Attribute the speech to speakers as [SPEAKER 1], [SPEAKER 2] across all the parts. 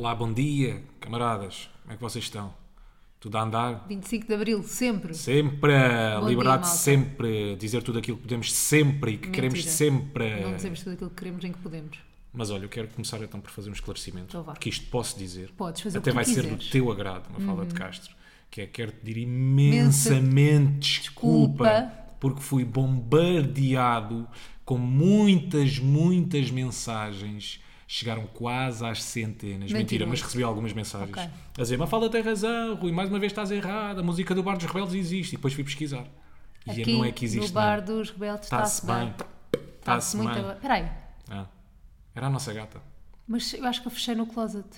[SPEAKER 1] Olá, bom dia, camaradas. Como é que vocês estão? Tudo a andar?
[SPEAKER 2] 25 de Abril, sempre.
[SPEAKER 1] Sempre!
[SPEAKER 2] Bom
[SPEAKER 1] Liberdade
[SPEAKER 2] dia, malta.
[SPEAKER 1] sempre! Dizer tudo aquilo que podemos sempre e que queremos
[SPEAKER 2] Mentira.
[SPEAKER 1] sempre!
[SPEAKER 2] Não dizemos tudo aquilo que queremos nem que podemos.
[SPEAKER 1] Mas olha, eu quero começar então por fazer um esclarecimento.
[SPEAKER 2] Então vá.
[SPEAKER 1] Que isto posso dizer.
[SPEAKER 2] Podes fazer o
[SPEAKER 1] Até
[SPEAKER 2] que tu
[SPEAKER 1] vai ser do
[SPEAKER 2] quiseres. Uhum.
[SPEAKER 1] teu agrado, uma fala de Castro. Que é, quero te pedir imensamente desculpa,
[SPEAKER 2] desculpa.
[SPEAKER 1] porque fui bombardeado com muitas, muitas mensagens. Chegaram quase às centenas. Mentira,
[SPEAKER 2] Mentira.
[SPEAKER 1] mas recebi algumas mensagens.
[SPEAKER 2] Ok.
[SPEAKER 1] A dizer, Mafalda tem razão, Rui, mais uma vez estás errada, a música do Bar dos Rebeldes existe. E depois fui pesquisar. e
[SPEAKER 2] Aqui
[SPEAKER 1] não é que existe.
[SPEAKER 2] no bar
[SPEAKER 1] não.
[SPEAKER 2] dos rebeldes
[SPEAKER 1] Está-se bem. Está-se
[SPEAKER 2] muito
[SPEAKER 1] bem.
[SPEAKER 2] bem. Espera aí,
[SPEAKER 1] Ah. Era a nossa gata.
[SPEAKER 2] mas eu acho que eu fechei no closet.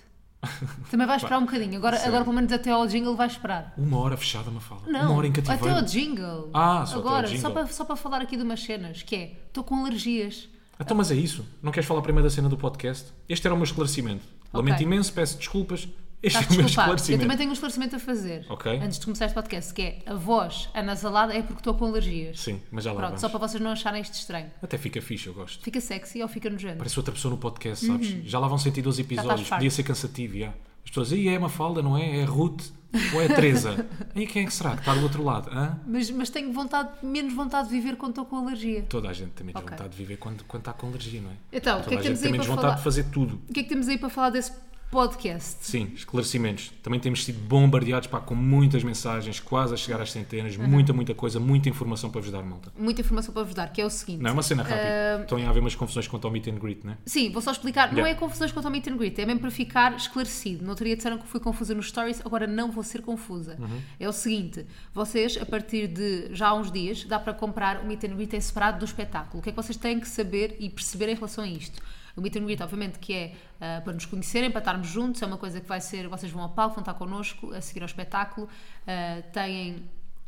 [SPEAKER 2] Também vai esperar um bocadinho. Agora,
[SPEAKER 1] sério.
[SPEAKER 2] agora pelo menos até ao jingle vai esperar.
[SPEAKER 1] Uma hora fechada, uma fala.
[SPEAKER 2] Não,
[SPEAKER 1] Uma hora em cativeiro.
[SPEAKER 2] até ao jingle.
[SPEAKER 1] Ah, só até ao
[SPEAKER 2] agora,
[SPEAKER 1] jingle.
[SPEAKER 2] Só, para, só para falar aqui de umas cenas, que é, estou com alergias.
[SPEAKER 1] Então, mas é isso. Não queres falar primeiro da cena do podcast? Este era o meu esclarecimento. Lamento imenso, peço desculpas. Este
[SPEAKER 2] Estás
[SPEAKER 1] é o meu
[SPEAKER 2] desculpado. Eu
[SPEAKER 1] esclarecimento.
[SPEAKER 2] também tenho um esclarecimento a fazer.
[SPEAKER 1] Ok.
[SPEAKER 2] Antes de começar este podcast, que é a voz anasalada é porque estou com alergias.
[SPEAKER 1] Sim, mas já lá
[SPEAKER 2] Pronto,
[SPEAKER 1] vamos.
[SPEAKER 2] só para vocês não acharem isto estranho.
[SPEAKER 1] Até fica fixe, eu gosto.
[SPEAKER 2] Fica sexy ou fica nojento?
[SPEAKER 1] Parece outra pessoa no podcast, sabes? Já lá vão 112 episódios.
[SPEAKER 2] Uhum. estás farto.
[SPEAKER 1] Podia ser cansativo, já. As pessoas, e é a Mafalda, não é? É a Ruth ou é a Teresa? e quem é que será que está do outro lado? hã?
[SPEAKER 2] Mas, mas tenho vontade, menos vontade de viver quando estou com alergia.
[SPEAKER 1] Toda a gente tem menos
[SPEAKER 2] Ok.
[SPEAKER 1] vontade de viver quando, quando está com alergia, não é?
[SPEAKER 2] Então, o
[SPEAKER 1] Toda
[SPEAKER 2] que é
[SPEAKER 1] a
[SPEAKER 2] que
[SPEAKER 1] gente
[SPEAKER 2] temos
[SPEAKER 1] tem
[SPEAKER 2] aí para
[SPEAKER 1] menos vontade
[SPEAKER 2] falar?
[SPEAKER 1] de fazer tudo.
[SPEAKER 2] O que é que temos aí para falar desse podcast?
[SPEAKER 1] Sim, esclarecimentos. Também temos sido bombardeados pá, com muitas mensagens, quase a chegar às centenas, muita, muita coisa, muita informação para vos dar, malta.
[SPEAKER 2] Muita informação para vos dar, que é o seguinte.
[SPEAKER 1] Não é uma cena rápida. Estão a haver umas confusões quanto ao meet and greet, né?
[SPEAKER 2] Sim, vou só explicar. Não
[SPEAKER 1] Yeah.
[SPEAKER 2] é confusões quanto ao meet and greet, é mesmo para ficar esclarecido. No outro dia disseram que fui confusa nos stories, agora não vou ser confusa. É o seguinte, vocês, a partir de já há uns dias, dá para comprar o meet and greet em separado do espetáculo. O que é que vocês têm que saber e perceber em relação a isto? O meet and greet, obviamente, que é ah, para nos conhecerem, para estarmos juntos, é uma coisa que vai ser, vocês vão ao palco, vão estar connosco, a seguir ao espetáculo, ah, têm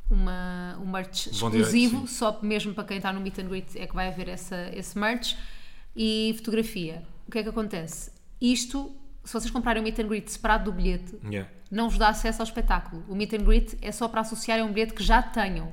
[SPEAKER 2] uma, um merch
[SPEAKER 1] Vão direto,
[SPEAKER 2] exclusivo,
[SPEAKER 1] sim.
[SPEAKER 2] só mesmo para quem está no meet and greet é que vai haver essa, esse merch e fotografia. O que é que acontece? Isto, se vocês comprarem o meet and greet separado do bilhete,
[SPEAKER 1] Yeah.
[SPEAKER 2] não vos dá acesso ao espetáculo. O meet and greet é só para associarem um bilhete que já tenham.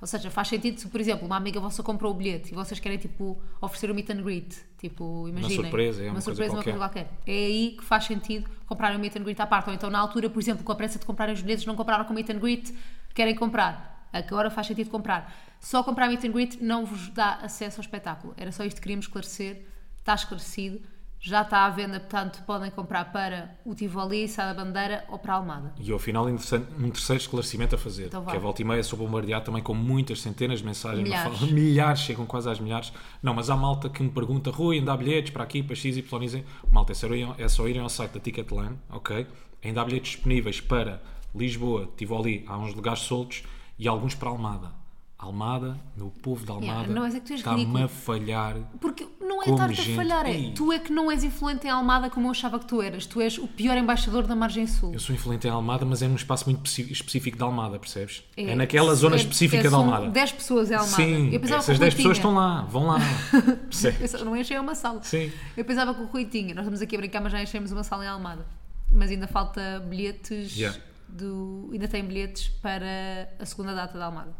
[SPEAKER 2] Ou seja, faz sentido se, por exemplo, uma amiga vossa comprou o bilhete e vocês querem, tipo, oferecer o meet and greet. Tipo, imaginem.
[SPEAKER 1] surpresa, é uma coisa
[SPEAKER 2] surpresa, uma coisa qualquer. É aí que faz sentido comprarem o meet and greet à parte. Ou então, na altura, por exemplo, com a pressa de comprarem os bilhetes, não compraram com o meet and greet, querem comprar. Agora faz sentido comprar. Só comprar meet and greet não vos dá acesso ao espetáculo. Era só isto que queríamos esclarecer. Está esclarecido. Já está à venda, portanto, podem comprar para o Tivoli, Sada Bandeira ou para a Almada.
[SPEAKER 1] E ao final, interessante- um terceiro esclarecimento a fazer,
[SPEAKER 2] Então vá.
[SPEAKER 1] que é volta e meia, sou bombardeado também com muitas centenas de mensagens,
[SPEAKER 2] Milhares.
[SPEAKER 1] Mafalda. milhares, chegam quase às milhares. Não, mas há malta que me pergunta, Rui, ainda há bilhetes para aqui, para X, Y, dizem, malta, é só, irem, é só irem ao site da Ticketline, ok? Ainda há bilhetes disponíveis para Lisboa, Tivoli, há uns lugares soltos, e alguns para Almada. Almada, meu povo de
[SPEAKER 2] Yeah,
[SPEAKER 1] Almada,
[SPEAKER 2] não, mas é que tu és
[SPEAKER 1] está-me
[SPEAKER 2] ridículo.
[SPEAKER 1] a falhar.
[SPEAKER 2] Porque não é
[SPEAKER 1] Como
[SPEAKER 2] estar-te
[SPEAKER 1] gente.
[SPEAKER 2] a falhar, é.
[SPEAKER 1] Ei.
[SPEAKER 2] Tu é que não és influente em Almada como eu achava que tu eras. Tu és o pior embaixador da Margem Sul.
[SPEAKER 1] Eu sou influente em Almada, mas é num espaço muito especi- específico de Almada, percebes? É,
[SPEAKER 2] É,
[SPEAKER 1] naquela zona
[SPEAKER 2] é-
[SPEAKER 1] específica
[SPEAKER 2] é,
[SPEAKER 1] de
[SPEAKER 2] são
[SPEAKER 1] Almada.
[SPEAKER 2] 10 pessoas em Almada.
[SPEAKER 1] Sim,
[SPEAKER 2] eu pensava
[SPEAKER 1] essas
[SPEAKER 2] que o Rui
[SPEAKER 1] 10 pessoas
[SPEAKER 2] tinha.
[SPEAKER 1] estão lá, vão lá. Percebes?
[SPEAKER 2] Eu só- não enchei uma sala.
[SPEAKER 1] Sim.
[SPEAKER 2] Eu pensava que o Rui tinha. Nós estamos aqui a brincar, mas já enchemos uma sala em Almada. Mas ainda falta bilhetes.
[SPEAKER 1] Yeah.
[SPEAKER 2] Do, ainda tem bilhetes para a segunda data da Almada.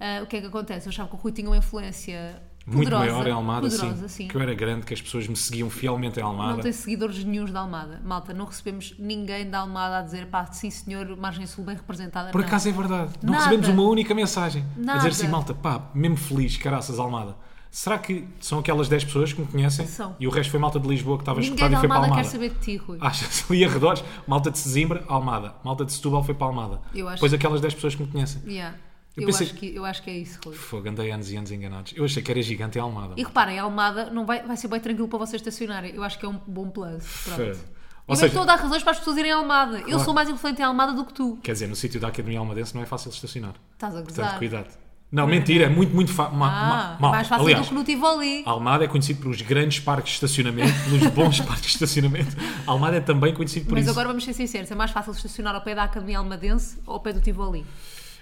[SPEAKER 2] Ah, o que é que acontece? Eu achava que o Rui tinha uma influência
[SPEAKER 1] Muito
[SPEAKER 2] poderosa.
[SPEAKER 1] maior em Almada,
[SPEAKER 2] poderosa,
[SPEAKER 1] sim,
[SPEAKER 2] sim.
[SPEAKER 1] Que eu era grande, que as pessoas me seguiam fielmente em
[SPEAKER 2] Não tem
[SPEAKER 1] Almada.
[SPEAKER 2] seguidores nenhums da Almada. Malta, não recebemos ninguém da Almada a dizer pá, sim senhor, margem sul bem representada.
[SPEAKER 1] Por
[SPEAKER 2] Não.
[SPEAKER 1] acaso é verdade. Não
[SPEAKER 2] Nada.
[SPEAKER 1] recebemos uma única mensagem. A dizer
[SPEAKER 2] Nada.
[SPEAKER 1] assim, malta, pá, mesmo feliz, caraças, Almada. Será que são aquelas 10 pessoas que me conhecem?
[SPEAKER 2] São.
[SPEAKER 1] E o resto foi malta de Lisboa que estava
[SPEAKER 2] Ninguém
[SPEAKER 1] escutada
[SPEAKER 2] da
[SPEAKER 1] e foi para
[SPEAKER 2] Almada,
[SPEAKER 1] Almada. Ah.
[SPEAKER 2] quer saber de ti, Rui.
[SPEAKER 1] Achas ali arredores? Malta de Sesimbra, Almada. Malta de Setúbal foi para Almada.
[SPEAKER 2] Eu acho.
[SPEAKER 1] Depois aquelas 10 pessoas que me conhecem.
[SPEAKER 2] Yeah.
[SPEAKER 1] Eu
[SPEAKER 2] Eu,
[SPEAKER 1] pensei-
[SPEAKER 2] acho que, eu acho que é isso, Rui.
[SPEAKER 1] Fogo, andei anos e anos enganados. Eu achei que era gigante em Almada.
[SPEAKER 2] E reparem, a Almada não vai, vai ser bem tranquilo para vocês estacionarem. Eu acho que é um bom plus. Pronto.
[SPEAKER 1] Fogo. Ou
[SPEAKER 2] Eu
[SPEAKER 1] seja,
[SPEAKER 2] estou a dar razões para as pessoas irem à Almada. Eu sou mais influente em Almada do que tu.
[SPEAKER 1] quer dizer, no sítio da Academia Almadense não é fácil estacionar.
[SPEAKER 2] Estás a
[SPEAKER 1] Portanto,
[SPEAKER 2] gozar.
[SPEAKER 1] cuidado. Não, mentira, é muito, muito fa- ma-
[SPEAKER 2] Ah,
[SPEAKER 1] ma- mal.
[SPEAKER 2] mais fácil
[SPEAKER 1] Aliás,
[SPEAKER 2] do que no Tivoli.
[SPEAKER 1] Almada é conhecido pelos grandes parques de estacionamento, pelos bons parques de estacionamento. Almada é também conhecido por
[SPEAKER 2] Mas
[SPEAKER 1] isso.
[SPEAKER 2] agora vamos ser sinceros, é mais fácil estacionar ao pé da Academia Almadense ou ao pé do Tivoli.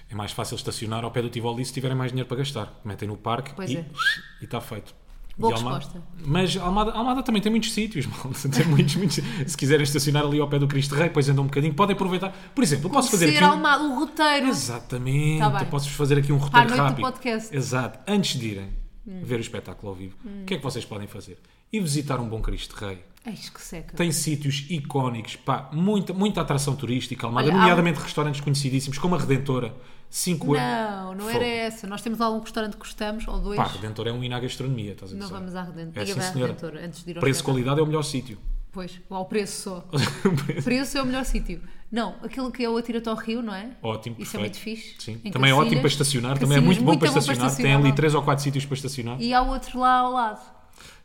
[SPEAKER 1] É mais fácil estacionar ao pé do Tivoli se tiverem mais dinheiro para gastar. Metem no parque
[SPEAKER 2] Pois
[SPEAKER 1] e
[SPEAKER 2] é.
[SPEAKER 1] está feito.
[SPEAKER 2] Boa
[SPEAKER 1] E Almada-
[SPEAKER 2] resposta.
[SPEAKER 1] Mas Almada, Almada também tem muitos sítios, malta. Tem muitos, muitos. Se quiserem estacionar ali ao pé do Cristo Rei, depois andam um bocadinho, podem aproveitar. Por exemplo, eu posso fazer
[SPEAKER 2] Ser
[SPEAKER 1] aqui. um-
[SPEAKER 2] Almada, o roteiro.
[SPEAKER 1] Exatamente.
[SPEAKER 2] Tá bem.
[SPEAKER 1] Posso-vos fazer aqui um
[SPEAKER 2] À
[SPEAKER 1] roteiro
[SPEAKER 2] noite do
[SPEAKER 1] rápido.
[SPEAKER 2] podcast. Hum.
[SPEAKER 1] Exato. Antes de irem, ver o espetáculo ao vivo, o que é que vocês podem fazer? E visitar um bom Cristo Rei.
[SPEAKER 2] Eis É que seca.
[SPEAKER 1] Tem sítios icónicos, pá, muita, muita atração turística, Almada,
[SPEAKER 2] Olha, há um-
[SPEAKER 1] nomeadamente restaurantes conhecidíssimos, como a Redentora, 5
[SPEAKER 2] Não, não era essa. Nós temos algum restaurante que gostamos, ou dois.
[SPEAKER 1] Pá, a Redentora é um hino à gastronomia, estás a
[SPEAKER 2] não
[SPEAKER 1] pensar.
[SPEAKER 2] vamos à Redentora.
[SPEAKER 1] É
[SPEAKER 2] Diga
[SPEAKER 1] sim,
[SPEAKER 2] bem à
[SPEAKER 1] senhora.
[SPEAKER 2] Redentora, antes de ir ao espetáculo.
[SPEAKER 1] Preço-qualidade é o melhor sítio.
[SPEAKER 2] Pois, ao preço só. preço é o melhor sítio. Não, aquilo que é o Atira-te ao Rio, não é?
[SPEAKER 1] Ótimo,
[SPEAKER 2] Isso
[SPEAKER 1] perfeito.
[SPEAKER 2] é muito fixe.
[SPEAKER 1] Sim.
[SPEAKER 2] Em
[SPEAKER 1] Também é ótimo para
[SPEAKER 2] Cacilhas.
[SPEAKER 1] estacionar, também é
[SPEAKER 2] Cacilhas,
[SPEAKER 1] muito bom para
[SPEAKER 2] muito
[SPEAKER 1] estacionar. Tem ali
[SPEAKER 2] lá.
[SPEAKER 1] 3 ou 4 sítios para estacionar,
[SPEAKER 2] E há outro lá ao lado.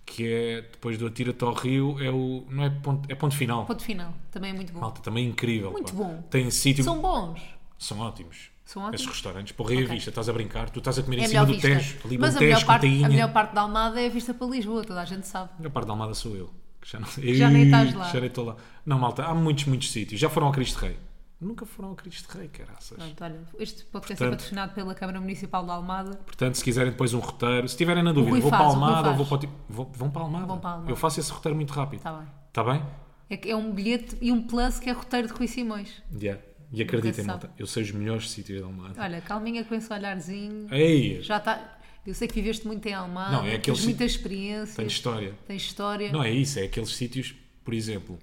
[SPEAKER 1] que é depois do Atira-te ao Rio, é o. Não é ponto, é ponto final.
[SPEAKER 2] Ponto final. Também é muito bom.
[SPEAKER 1] Malta, tipo, também é incrível.
[SPEAKER 2] Muito
[SPEAKER 1] pá.
[SPEAKER 2] bom.
[SPEAKER 1] Tem sítio. São,
[SPEAKER 2] São bons.
[SPEAKER 1] ótimos.
[SPEAKER 2] São ótimos.
[SPEAKER 1] Esses restaurantes, porra, e a
[SPEAKER 2] Ok.
[SPEAKER 1] vista, estás a brincar, tu estás a comer
[SPEAKER 2] É
[SPEAKER 1] em
[SPEAKER 2] a
[SPEAKER 1] cima do
[SPEAKER 2] melhor vista.
[SPEAKER 1] Tejo, ali
[SPEAKER 2] Mas
[SPEAKER 1] um
[SPEAKER 2] a
[SPEAKER 1] Tejo
[SPEAKER 2] melhor,
[SPEAKER 1] com
[SPEAKER 2] parte, a
[SPEAKER 1] tainha.
[SPEAKER 2] melhor parte da Almada é a vista para Lisboa, toda a gente sabe.
[SPEAKER 1] A melhor parte da Almada sou eu. que já, não...
[SPEAKER 2] Já nem estás lá.
[SPEAKER 1] Já nem estou lá. Não, malta, há muitos, muitos sítios. Já foram ao Cristo Rei. Nunca foram ao Cristo Rei, caraças.
[SPEAKER 2] Pronto, olha, este podcast é
[SPEAKER 1] Portanto-
[SPEAKER 2] patrocinado pela Câmara Municipal de Almada.
[SPEAKER 1] Portanto, se quiserem depois um roteiro, se tiverem na dúvida,
[SPEAKER 2] Rui
[SPEAKER 1] vou
[SPEAKER 2] faz, o Rui
[SPEAKER 1] palmada ou vou
[SPEAKER 2] faz.
[SPEAKER 1] para o tipo. Vou, vão para a Almada.
[SPEAKER 2] Vão para a Almada. Tá.
[SPEAKER 1] Eu faço esse roteiro muito rápido.
[SPEAKER 2] Está bem.
[SPEAKER 1] Está bem?
[SPEAKER 2] É, que é um bilhete e um plus que é roteiro de Rui Simões.
[SPEAKER 1] Yeah. E acreditem,
[SPEAKER 2] se sabe.
[SPEAKER 1] malta, eu sei os melhores sítios da Almada.
[SPEAKER 2] Olha, calminha com esse olharzinho.
[SPEAKER 1] Ei,
[SPEAKER 2] Já está. Eu sei que viveste muito em Almada,
[SPEAKER 1] Não, é aquele
[SPEAKER 2] tens
[SPEAKER 1] sítio-
[SPEAKER 2] muita experiência,
[SPEAKER 1] tenho história.
[SPEAKER 2] tens história.
[SPEAKER 1] Não é isso, é aqueles sítios, por exemplo,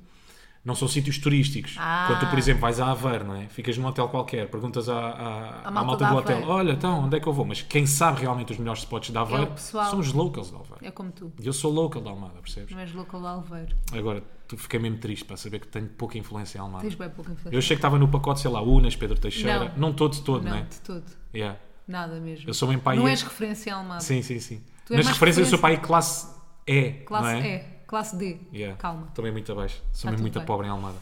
[SPEAKER 1] não são sítios turísticos.
[SPEAKER 2] Ah.
[SPEAKER 1] Quando tu, por exemplo, vais a Aveiro, não é? Ficas num hotel qualquer, perguntas à, à, à
[SPEAKER 2] malta
[SPEAKER 1] malta
[SPEAKER 2] da
[SPEAKER 1] do hotel,
[SPEAKER 2] Aveiro.
[SPEAKER 1] olha, então, onde é que eu vou? Mas quem sabe realmente os melhores spots de Aveiro
[SPEAKER 2] É o pessoal.
[SPEAKER 1] são os locals de Aveiro.
[SPEAKER 2] É como tu,
[SPEAKER 1] E eu sou local da Almada, percebes?
[SPEAKER 2] não és local de Alveiro.
[SPEAKER 1] Agora, tu fiquei mesmo triste para saber que tenho pouca influência em Almada.
[SPEAKER 2] Tens bem pouca influência.
[SPEAKER 1] Eu achei que estava no pacote, sei lá, Unas, Pedro Teixeira.
[SPEAKER 2] Não.
[SPEAKER 1] Não estou de todo,
[SPEAKER 2] Não,
[SPEAKER 1] não é?
[SPEAKER 2] de todo.
[SPEAKER 1] Yeah.
[SPEAKER 2] Nada mesmo.
[SPEAKER 1] Eu sou bem pai.
[SPEAKER 2] Não és referência em Almada.
[SPEAKER 1] Sim, sim, sim.
[SPEAKER 2] Tu és
[SPEAKER 1] Nas
[SPEAKER 2] mais
[SPEAKER 1] referências eu sou
[SPEAKER 2] referência.
[SPEAKER 1] pai classe E.
[SPEAKER 2] Classe
[SPEAKER 1] não é?
[SPEAKER 2] E, classe D.
[SPEAKER 1] Yeah.
[SPEAKER 2] Calma.
[SPEAKER 1] Também é muito abaixo. Sou
[SPEAKER 2] Tá
[SPEAKER 1] mesmo
[SPEAKER 2] tudo
[SPEAKER 1] muito
[SPEAKER 2] bem.
[SPEAKER 1] pobre em Almada.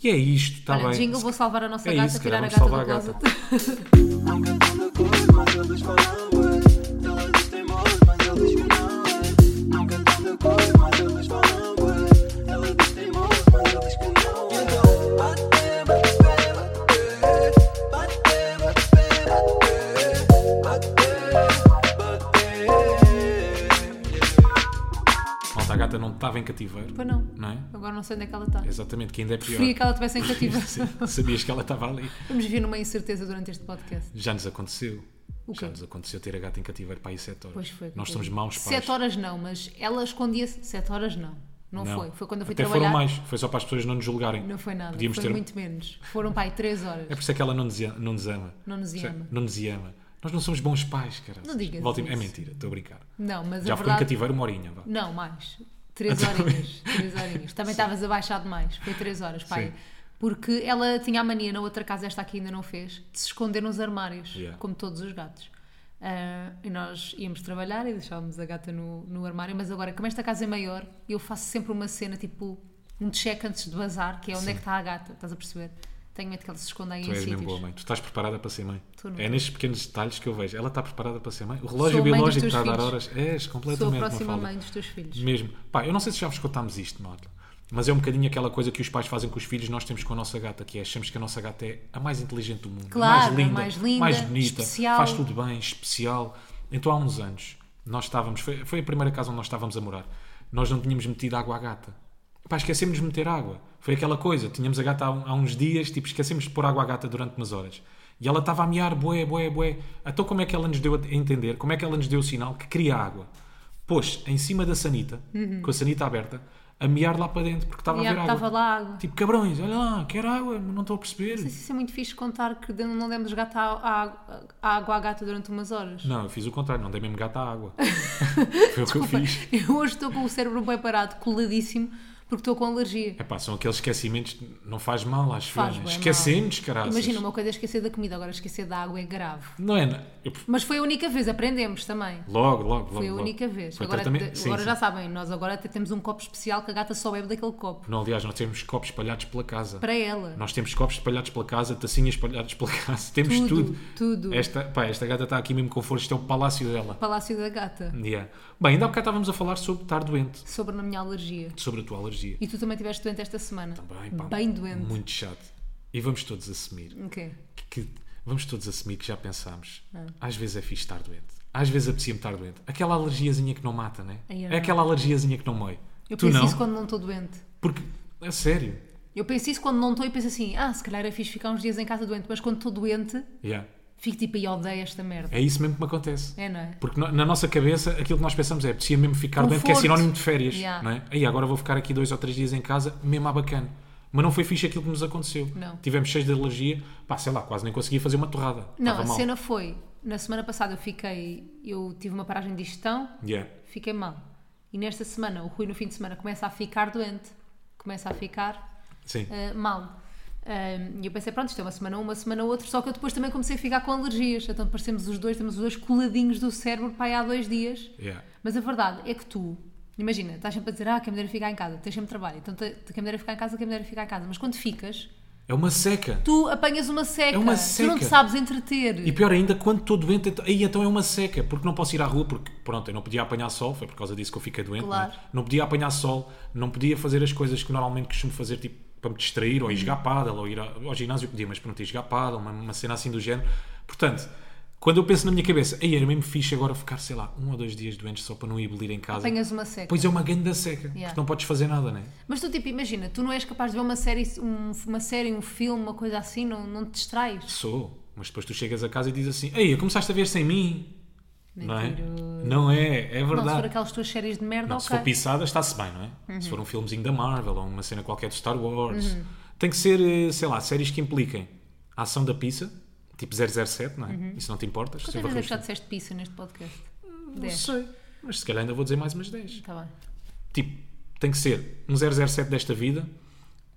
[SPEAKER 1] E é isto, está
[SPEAKER 2] Olha,
[SPEAKER 1] bem.
[SPEAKER 2] jingle, vou salvar a nossa
[SPEAKER 1] É
[SPEAKER 2] gata,
[SPEAKER 1] isso,
[SPEAKER 2] tirar
[SPEAKER 1] cara,
[SPEAKER 2] a
[SPEAKER 1] vamos
[SPEAKER 2] gata do
[SPEAKER 1] salvar a gata.
[SPEAKER 2] closet.
[SPEAKER 3] I'm good on the good, my girl is my highway. Tell her this ain't more, my girl is my highway. I'm good on the good, my girl is my highway. Tell her this ain't more, my girl is my highway. You know, bad day, bad day, bad day. Bad day, bad day, bad day. Bad day, yeah.
[SPEAKER 1] Malta, a gata não estava em cativeiro,
[SPEAKER 2] Pois não.
[SPEAKER 1] não é?
[SPEAKER 2] Agora não sei onde é que ela está.
[SPEAKER 1] Exatamente, que ainda é pior.
[SPEAKER 2] Preferia que ela estivesse em cativa.
[SPEAKER 1] Sim, Sabias que ela estava ali.
[SPEAKER 2] Vamos viver numa incerteza durante este podcast.
[SPEAKER 1] Já nos aconteceu.
[SPEAKER 2] O
[SPEAKER 1] Já
[SPEAKER 2] quê?
[SPEAKER 1] nos aconteceu ter a gata em cativeiro para aí 7 horas.
[SPEAKER 2] Pois foi.
[SPEAKER 1] Nós
[SPEAKER 2] Foi.
[SPEAKER 1] somos maus pais.
[SPEAKER 2] Sete horas não, mas ela escondia-se. Sete horas não. não. foi. Foi quando eu fui
[SPEAKER 1] Até
[SPEAKER 2] trabalhar.
[SPEAKER 1] foram mais, foi só para as pessoas não nos julgarem.
[SPEAKER 2] Não foi nada.
[SPEAKER 1] Podíamos
[SPEAKER 2] foi
[SPEAKER 1] ter-
[SPEAKER 2] muito menos. Foram, pai, três horas.
[SPEAKER 1] É por isso é que ela não nos, ia- não nos ama.
[SPEAKER 2] Não nos
[SPEAKER 1] Percebe?
[SPEAKER 2] ama.
[SPEAKER 1] Não nos ama. Nós não somos bons pais, cara.
[SPEAKER 2] Não digas
[SPEAKER 1] Voltem- É
[SPEAKER 2] isso.
[SPEAKER 1] mentira, estou a brincar.
[SPEAKER 2] Não, mas
[SPEAKER 1] Já
[SPEAKER 2] a
[SPEAKER 1] ficou em
[SPEAKER 2] verdade...
[SPEAKER 1] cativeiro uma horinha, vá.
[SPEAKER 2] Não, mais. Três horinhas. Três horinhas. Também estavas abaixado demais. Foi três horas, pai.
[SPEAKER 1] Sim.
[SPEAKER 2] Porque ela tinha a mania, na outra casa, esta aqui ainda não fez, de se esconder nos armários,
[SPEAKER 1] Yeah.
[SPEAKER 2] como todos os gatos. Ah, e nós íamos trabalhar e deixávamos a gata no, no armário, mas agora, como esta casa é maior, eu faço sempre uma cena, tipo, um check antes de bazar, que é onde é que está a gata, estás a perceber? Tenho medo que ela se esconda aí
[SPEAKER 1] Tu
[SPEAKER 2] em
[SPEAKER 1] és mesmo
[SPEAKER 2] sítios.
[SPEAKER 1] boa mãe. Tu estás preparada para ser mãe.
[SPEAKER 2] Tu não
[SPEAKER 1] É
[SPEAKER 2] estás.
[SPEAKER 1] nestes pequenos detalhes que eu vejo. Ela está preparada para ser mãe. O relógio
[SPEAKER 2] Sou a mãe dos
[SPEAKER 1] biológico
[SPEAKER 2] teus
[SPEAKER 1] está a dar
[SPEAKER 2] filhos.
[SPEAKER 1] horas. És
[SPEAKER 2] Sou a
[SPEAKER 1] completamente
[SPEAKER 2] próxima
[SPEAKER 1] Mafalda.
[SPEAKER 2] mãe dos teus filhos.
[SPEAKER 1] Mesmo. Pá, eu não sei se já vos contámos isto, malta. Mas é um bocadinho aquela coisa que os pais fazem com os filhos, nós temos com a nossa gata, que é achamos que a nossa gata é a mais inteligente do mundo, a
[SPEAKER 2] Claro,
[SPEAKER 1] mais linda,
[SPEAKER 2] a mais linda,
[SPEAKER 1] bonita,
[SPEAKER 2] especial.
[SPEAKER 1] faz tudo bem, especial. Então há uns anos, nós estávamos, foi, foi a primeira casa onde nós estávamos a morar, nós não tínhamos metido água à gata. Pá, esquecemos de meter água. Foi aquela coisa, tínhamos a gata há, um- há uns dias, tipo, esquecemos de pôr água à gata durante umas horas. E ela estava a miar, boé, boé, boé. Então como é que ela nos deu a entender, como é que ela nos deu o sinal que queria água? pôs em cima da sanita, com a sanita aberta, a miar lá para dentro, porque estava
[SPEAKER 2] E há-
[SPEAKER 1] a ver água.
[SPEAKER 2] estava lá água.
[SPEAKER 1] Tipo, cabrões, olha lá, quero água, não estou a perceber.
[SPEAKER 2] Mas Isso é muito fixe contar que de- não demos gato à, à- à água à gata durante umas horas.
[SPEAKER 1] Não, eu fiz o contrário, não dei mesmo gato à água. Foi o que eu fiz.
[SPEAKER 2] Eu hoje estou com o cérebro bem parado, coladíssimo, porque estou com alergia.
[SPEAKER 1] Epá, são aqueles esquecimentos, não faz mal, acho
[SPEAKER 2] Faz
[SPEAKER 1] eu, né?
[SPEAKER 2] bem
[SPEAKER 1] Esquecemos, caralho.
[SPEAKER 2] Imagina, uma coisa é esquecer da comida, agora esquecer da água é grave.
[SPEAKER 1] Não é? não. Eu-
[SPEAKER 2] Mas foi a única vez, aprendemos também.
[SPEAKER 1] Logo, logo, logo.
[SPEAKER 2] Foi a
[SPEAKER 1] logo.
[SPEAKER 2] única vez.
[SPEAKER 1] Foi
[SPEAKER 2] Agora,
[SPEAKER 1] tratamento-
[SPEAKER 2] te-
[SPEAKER 1] sim,
[SPEAKER 2] agora
[SPEAKER 1] sim.
[SPEAKER 2] já sabem, nós agora até temos um copo especial que a gata só bebe daquele copo.
[SPEAKER 1] Não, aliás, nós temos copos espalhados pela casa.
[SPEAKER 2] Para ela.
[SPEAKER 1] Nós temos copos espalhados pela casa, tacinhas espalhadas pela casa, temos tudo.
[SPEAKER 2] Tudo, tudo.
[SPEAKER 1] Esta, pá, esta gata está aqui mesmo com força, isto é o palácio dela.
[SPEAKER 2] Palácio da Gata.
[SPEAKER 1] Yeah. Bem, ainda há bocado estávamos a falar sobre estar doente,
[SPEAKER 2] Sobre a minha alergia.
[SPEAKER 1] sobre a tua alergia.
[SPEAKER 2] E tu também estiveste doente esta semana.
[SPEAKER 1] Também, pá,
[SPEAKER 2] Bem doente.
[SPEAKER 1] Muito chato. E vamos todos assumir
[SPEAKER 2] Ok.
[SPEAKER 1] que, que- vamos todos assumir que já pensámos.
[SPEAKER 2] Ah.
[SPEAKER 1] Às vezes é fixe estar doente. Às vezes apetecia-me estar doente. Aquela alergiazinha que não mata, né?
[SPEAKER 2] Ai, eu
[SPEAKER 1] é
[SPEAKER 2] não.
[SPEAKER 1] aquela alergiazinha que não mói.
[SPEAKER 2] Eu
[SPEAKER 1] tu
[SPEAKER 2] penso
[SPEAKER 1] não?
[SPEAKER 2] isso quando não estou doente.
[SPEAKER 1] Porque, é sério.
[SPEAKER 2] Eu penso isso quando não estou e penso assim, ah, se calhar é fixe ficar uns dias em casa doente, mas quando estou doente,
[SPEAKER 1] Yeah.
[SPEAKER 2] fico tipo aí, odeio esta merda.
[SPEAKER 1] É isso mesmo que me acontece.
[SPEAKER 2] É, não é?
[SPEAKER 1] Porque no- na nossa cabeça, aquilo que nós pensamos é precisa mesmo ficar doente, que é
[SPEAKER 2] Conforto.
[SPEAKER 1] sinónimo de férias.
[SPEAKER 2] Um Yeah.
[SPEAKER 1] Não é? Aí agora vou ficar aqui dois ou três dias em casa, mesmo à bacana. Mas não foi fixe aquilo que nos aconteceu.
[SPEAKER 2] Não.
[SPEAKER 1] Tivemos cheios de alergia, pá, sei lá, quase nem conseguia fazer uma torrada.
[SPEAKER 2] Não,
[SPEAKER 1] Estava
[SPEAKER 2] a
[SPEAKER 1] mal.
[SPEAKER 2] cena foi, na semana passada eu fiquei, eu tive uma paragem de digestão,
[SPEAKER 1] Yeah.
[SPEAKER 2] fiquei mal. E nesta semana, o Rui no fim de semana começa a ficar doente, começa a ficar
[SPEAKER 1] Sim.
[SPEAKER 2] ah, mal. Ah, E eu pensei, pronto, isto é uma semana uma, uma semana outra, só que eu depois também comecei a ficar com alergias, então parecemos os dois, temos os dois coladinhos do cérebro para aí há dois dias.
[SPEAKER 1] Yeah.
[SPEAKER 2] Mas a verdade é que tu, imagina, estás sempre a dizer, ah, quem me dera ficar em casa, tens sempre trabalho, então te- te- quem me dera ficar em casa, quem me dera ficar em casa. Mas quando ficas,
[SPEAKER 1] É uma seca.
[SPEAKER 2] tu apanhas uma seca,
[SPEAKER 1] É uma
[SPEAKER 2] tu não
[SPEAKER 1] seca.
[SPEAKER 2] te sabes entreter.
[SPEAKER 1] E pior ainda, quando estou doente, então- aí então é uma seca, porque não posso ir à rua, porque pronto, eu não podia apanhar sol, foi por causa disso que eu fiquei doente,
[SPEAKER 2] Claro.
[SPEAKER 1] não é? não podia apanhar sol, não podia fazer as coisas que normalmente costumo fazer, tipo, para me distrair,
[SPEAKER 2] Uhum.
[SPEAKER 1] ou ir jogar pádel, ou ir a- ao ginásio, podia, mas pronto, ir jogar pádel, uma, uma cena assim do género. Portanto, quando eu penso na minha cabeça, aí era mesmo fixe agora ficar, sei lá, um ou dois dias doentes só para não ir belir em casa,
[SPEAKER 2] Apanhas uma seca.
[SPEAKER 1] pois é uma grande da seca,
[SPEAKER 2] Yeah.
[SPEAKER 1] porque não podes fazer nada, né?
[SPEAKER 2] Mas tu, tipo, imagina, tu não és capaz de ver uma série, um, uma série, um filme, uma coisa assim, não, não te distrais.
[SPEAKER 1] Sou, mas depois tu chegas a casa e dizes assim, ei, começaste a ver sem mim. Não é?
[SPEAKER 2] Mentiroso.
[SPEAKER 1] não é, é
[SPEAKER 2] Não, se for
[SPEAKER 1] verdade.
[SPEAKER 2] aquelas tuas séries de merda,
[SPEAKER 1] Não,
[SPEAKER 2] ok.
[SPEAKER 1] se
[SPEAKER 2] Uhum.
[SPEAKER 1] for pisada, está-se bem, não é? Se for um filmezinho da Marvel ou uma cena qualquer do Star Wars, tem que ser, eh, sei lá, séries que impliquem a ação da pizza, tipo 007, não é?
[SPEAKER 2] Uhum.
[SPEAKER 1] Isso não te importas?
[SPEAKER 2] Quantas
[SPEAKER 1] Silva
[SPEAKER 2] vezes é que já
[SPEAKER 1] Rushdie?
[SPEAKER 2] disseste pizza neste podcast?
[SPEAKER 1] não
[SPEAKER 2] Dez.
[SPEAKER 1] sei, mas se calhar ainda vou dizer mais umas 10.
[SPEAKER 2] Está bem.
[SPEAKER 1] Tipo, tem que ser um 007 desta vida,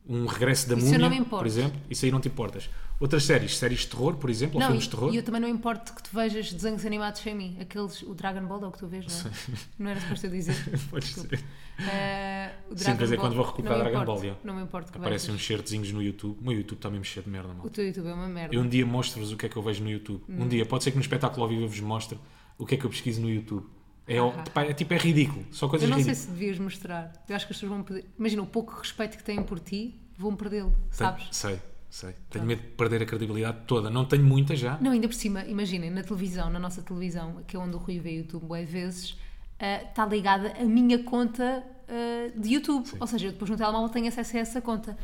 [SPEAKER 1] um regresso da
[SPEAKER 2] Isso eu não me
[SPEAKER 1] múmia,
[SPEAKER 2] importo.
[SPEAKER 1] por exemplo, isso aí não te importas. Outras séries, séries de terror, por exemplo, ou
[SPEAKER 2] Não,
[SPEAKER 1] filmes de terror.
[SPEAKER 2] e, e eu também não importo que tu vejas desenhos animados sem mim. Aqueles, o Dragon Ball é o que tu vês, não é? Não era suposto eu dizer.
[SPEAKER 1] Podes
[SPEAKER 2] Desculpa.
[SPEAKER 1] dizer.
[SPEAKER 2] Eh, o
[SPEAKER 1] Sim, de vez em quando vou recuperar
[SPEAKER 2] não me
[SPEAKER 1] Dragon
[SPEAKER 2] importo,
[SPEAKER 1] Ball, já.
[SPEAKER 2] Não me importo que
[SPEAKER 1] Aparecem
[SPEAKER 2] vejas.
[SPEAKER 1] uns certezinhos no YouTube. O meu YouTube está mesmo cheio de merda, mal.
[SPEAKER 2] O teu YouTube é uma merda.
[SPEAKER 1] Eu um dia mostro-vos o que é que eu vejo no YouTube. Um dia, pode ser que no espetáculo ao vivo eu vos mostre o que é que eu pesquiso no YouTube. É, o-
[SPEAKER 2] Ah.
[SPEAKER 1] pá, é tipo, é ridículo. Só coisas
[SPEAKER 2] Eu não sei
[SPEAKER 1] ridículas.
[SPEAKER 2] se devias mostrar. Eu acho que as pessoas vão perder. Imagina, o pouco respeito que têm por ti, vão perdê-lo, sabes?
[SPEAKER 1] Sei, sei. Tenho medo de perder a credibilidade toda. Não tenho muita já.
[SPEAKER 2] Não, ainda por cima, imaginem, na televisão, na nossa televisão, que é onde o Rui vê YouTube às vezes, ah, está ligada a minha conta ah, de YouTube. Ou seja, eu depois no telemóvel tenho acesso a essa conta.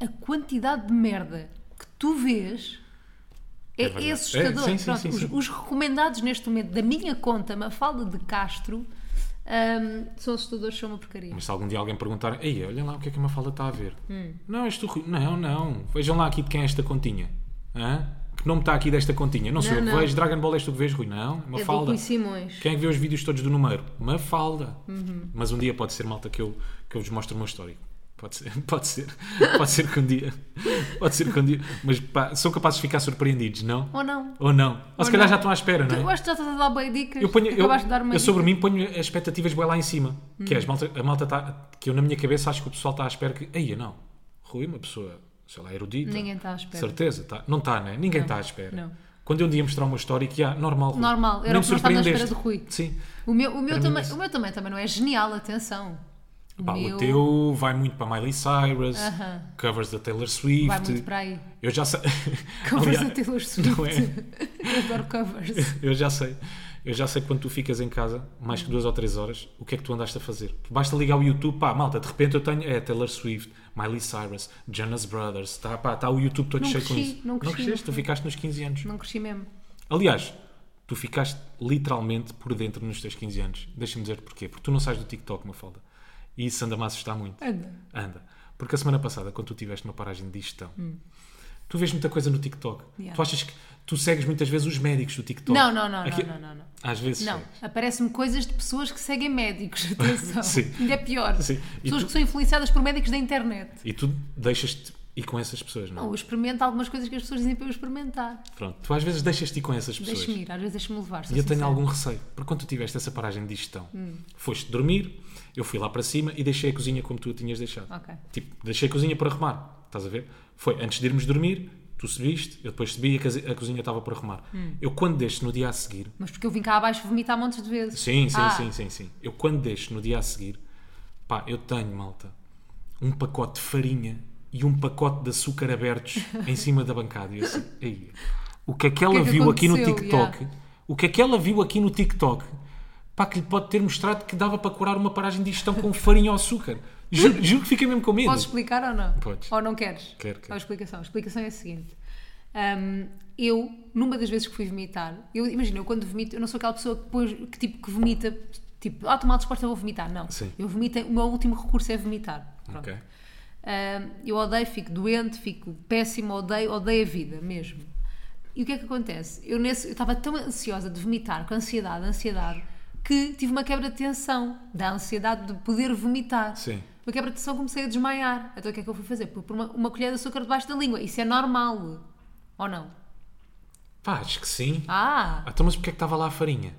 [SPEAKER 2] A quantidade de merda que tu vês é,
[SPEAKER 1] É verdade.
[SPEAKER 2] é assustador.
[SPEAKER 1] É, sim, sim,
[SPEAKER 2] Pronto,
[SPEAKER 1] sim,
[SPEAKER 2] os,
[SPEAKER 1] sim.
[SPEAKER 2] os recomendados neste momento da minha conta, Mafalda de Castro, ah, são assustadores, são uma porcaria.
[SPEAKER 1] Mas se algum dia alguém perguntar, ei, olhem lá o que é que a Mafalda está a ver.
[SPEAKER 2] Hum.
[SPEAKER 1] Não, és tu, Rui. Não, não. Vejam lá aqui de quem é esta continha. Hã? Que nome está aqui desta continha? Não sou
[SPEAKER 2] Não,
[SPEAKER 1] eu
[SPEAKER 2] não.
[SPEAKER 1] que vejo. Dragon Ball és tu que vês, Rui. Não,
[SPEAKER 2] É do
[SPEAKER 1] Mafalda.
[SPEAKER 2] Rui Simões.
[SPEAKER 1] Quem é que vê os vídeos todos do número? Mafalda.
[SPEAKER 2] Uhum.
[SPEAKER 1] Mas um dia pode ser, malta, que eu, que eu vos mostre o meu histórico. Pode ser, pode ser. Pode ser que um dia. Pode ser que um dia. Mas pá, são capazes de ficar surpreendidos, não?
[SPEAKER 2] Ou não?
[SPEAKER 1] Ou não? Ou,
[SPEAKER 2] Ou
[SPEAKER 1] se calhar
[SPEAKER 2] não.
[SPEAKER 1] já estão à espera,
[SPEAKER 2] Eu
[SPEAKER 1] não é?
[SPEAKER 2] acho que já estás a dar boas dicas.
[SPEAKER 1] Eu, ponho, eu,
[SPEAKER 2] Acabaste de dar uma
[SPEAKER 1] eu sobre
[SPEAKER 2] dica. Hum.
[SPEAKER 1] mim ponho as expectativas bem lá em cima. Que é, as malta, a malta está. Que eu na minha cabeça acho que o pessoal está à espera que. Aí não. Rui, uma pessoa, sei lá, erudita.
[SPEAKER 2] Ninguém está à espera.
[SPEAKER 1] Certeza, tá, não está, né? Ninguém está à espera.
[SPEAKER 2] não.
[SPEAKER 1] Quando eu um dia mostrar uma história que há, normal. Rui.
[SPEAKER 2] Normal, era
[SPEAKER 1] Nem
[SPEAKER 2] o que nós estávamos à
[SPEAKER 1] surpreendeste.
[SPEAKER 2] espera do Rui.
[SPEAKER 1] Sim.
[SPEAKER 2] O meu, o
[SPEAKER 1] Para
[SPEAKER 2] meu,
[SPEAKER 1] mim
[SPEAKER 2] também,
[SPEAKER 1] isso.
[SPEAKER 2] o meu também, também não é genial, atenção. O
[SPEAKER 1] Pá,
[SPEAKER 2] meu
[SPEAKER 1] O teu vai muito para Miley Cyrus,
[SPEAKER 2] Aham.
[SPEAKER 1] covers da Taylor Swift.
[SPEAKER 2] vai muito para aí.
[SPEAKER 1] Eu já sei.
[SPEAKER 2] Covers da
[SPEAKER 1] Aliás,
[SPEAKER 2] Taylor Swift.
[SPEAKER 1] não é?
[SPEAKER 2] Eu adoro covers.
[SPEAKER 1] Eu já sei. Eu já sei que quando tu ficas em casa, mais que duas ou três horas, o que é que tu andaste a fazer. Basta ligar o YouTube, pá, malta, de repente eu tenho é Taylor Swift, Miley Cyrus, Jonas Brothers, está pá, tá o YouTube todo
[SPEAKER 2] Não
[SPEAKER 1] cheio com
[SPEAKER 2] cresci,
[SPEAKER 1] isso.
[SPEAKER 2] não cresci, não
[SPEAKER 1] cresceste, tu
[SPEAKER 2] fui.
[SPEAKER 1] ficaste nos 15 anos.
[SPEAKER 2] Não cresci mesmo.
[SPEAKER 1] Aliás, tu ficaste literalmente por dentro nos teus 15 anos. Deixa-me dizer porquê. Porque tu não sais do TikTok, uma falda. E isso anda-me a assustar muito.
[SPEAKER 2] Anda.
[SPEAKER 1] Anda. Porque a semana passada, quando tu tiveste uma paragem de digestão, tu vês muita coisa no TikTok.
[SPEAKER 2] Hum. Yeah.
[SPEAKER 1] Tu achas que tu segues muitas vezes os médicos do TikTok?
[SPEAKER 2] Não, não, não,
[SPEAKER 1] Aqui-
[SPEAKER 2] não, não, não, não.
[SPEAKER 1] Às vezes
[SPEAKER 2] Não,
[SPEAKER 1] segues.
[SPEAKER 2] aparecem-me coisas de pessoas que seguem médicos, atenção.
[SPEAKER 1] Sim.
[SPEAKER 2] Ainda é pior.
[SPEAKER 1] Sim. E
[SPEAKER 2] Pessoas
[SPEAKER 1] tu-
[SPEAKER 2] que são influenciadas por médicos da internet.
[SPEAKER 1] E tu deixas-te ir com essas pessoas, não?
[SPEAKER 2] Não, eu experimento algumas coisas que as pessoas dizem para eu experimentar.
[SPEAKER 1] Pronto. Tu às vezes deixas-te ir com essas pessoas.
[SPEAKER 2] Deixa-me ir, Hum. às vezes deixa-me levar. sou
[SPEAKER 1] E eu tenho
[SPEAKER 2] sincera.
[SPEAKER 1] algum receio, porque quando tu tiveste essa paragem de digestão, foste dormir, eu fui lá para cima e deixei a cozinha como tu a tinhas deixado.
[SPEAKER 2] Ok.
[SPEAKER 1] Tipo, deixei a cozinha para arrumar, estás a ver? Foi antes de irmos dormir, tu subiste, eu depois subi e a, case- a cozinha estava para arrumar.
[SPEAKER 2] Hum.
[SPEAKER 1] Eu quando deixo no dia a seguir,
[SPEAKER 2] Mas porque eu vim cá abaixo vomitar montes de vezes.
[SPEAKER 1] sim, sim,
[SPEAKER 2] Ah,
[SPEAKER 1] sim, sim, sim, eu quando deixo no dia a seguir, pá, eu tenho, malta, um pacote de farinha e um pacote de açúcar abertos em cima da bancada. E eu assim, "Ei, o que é que ela
[SPEAKER 2] que é que
[SPEAKER 1] viu aqui no
[SPEAKER 2] aconteceu?
[SPEAKER 1] TikTok? O que é que ela viu aqui no TikTok? Pá, que lhe pode ter mostrado que dava para curar uma paragem de digestão com farinha ou açúcar. Juro, juro que fiquei mesmo com medo.
[SPEAKER 2] Podes explicar ou não?
[SPEAKER 1] Podes.
[SPEAKER 2] Ou não queres? Então,
[SPEAKER 1] Quero, quero.
[SPEAKER 2] Ou a explicação. A explicação é a seguinte. Ahm, eu, numa das vezes que fui vomitar, eu imagina, eu quando vomito, eu não sou aquela pessoa que, depois, que, tipo, que vomita, tipo, ah, tomar a disposta, eu vou vomitar. Não.
[SPEAKER 1] Sim.
[SPEAKER 2] Eu vomito, o meu último recurso é vomitar. Pronto.
[SPEAKER 1] Ok.
[SPEAKER 2] Ahm, eu odeio, fico doente, fico péssimo, odeio, odeio a vida mesmo. E o que é que acontece? Eu nesse- eu estava tão ansiosa de vomitar, com ansiedade, ansiedade, que tive uma quebra de tensão, da ansiedade de poder vomitar.
[SPEAKER 1] Sim.
[SPEAKER 2] Uma quebra de tensão, comecei a desmaiar. Então o que é que eu fui fazer? Pus uma, uma colher de açúcar debaixo da língua. Isso é normal. Ou não?
[SPEAKER 1] Pá, acho que sim.
[SPEAKER 2] Ah!
[SPEAKER 1] Ah, Então, mas porquê é que estava lá a farinha?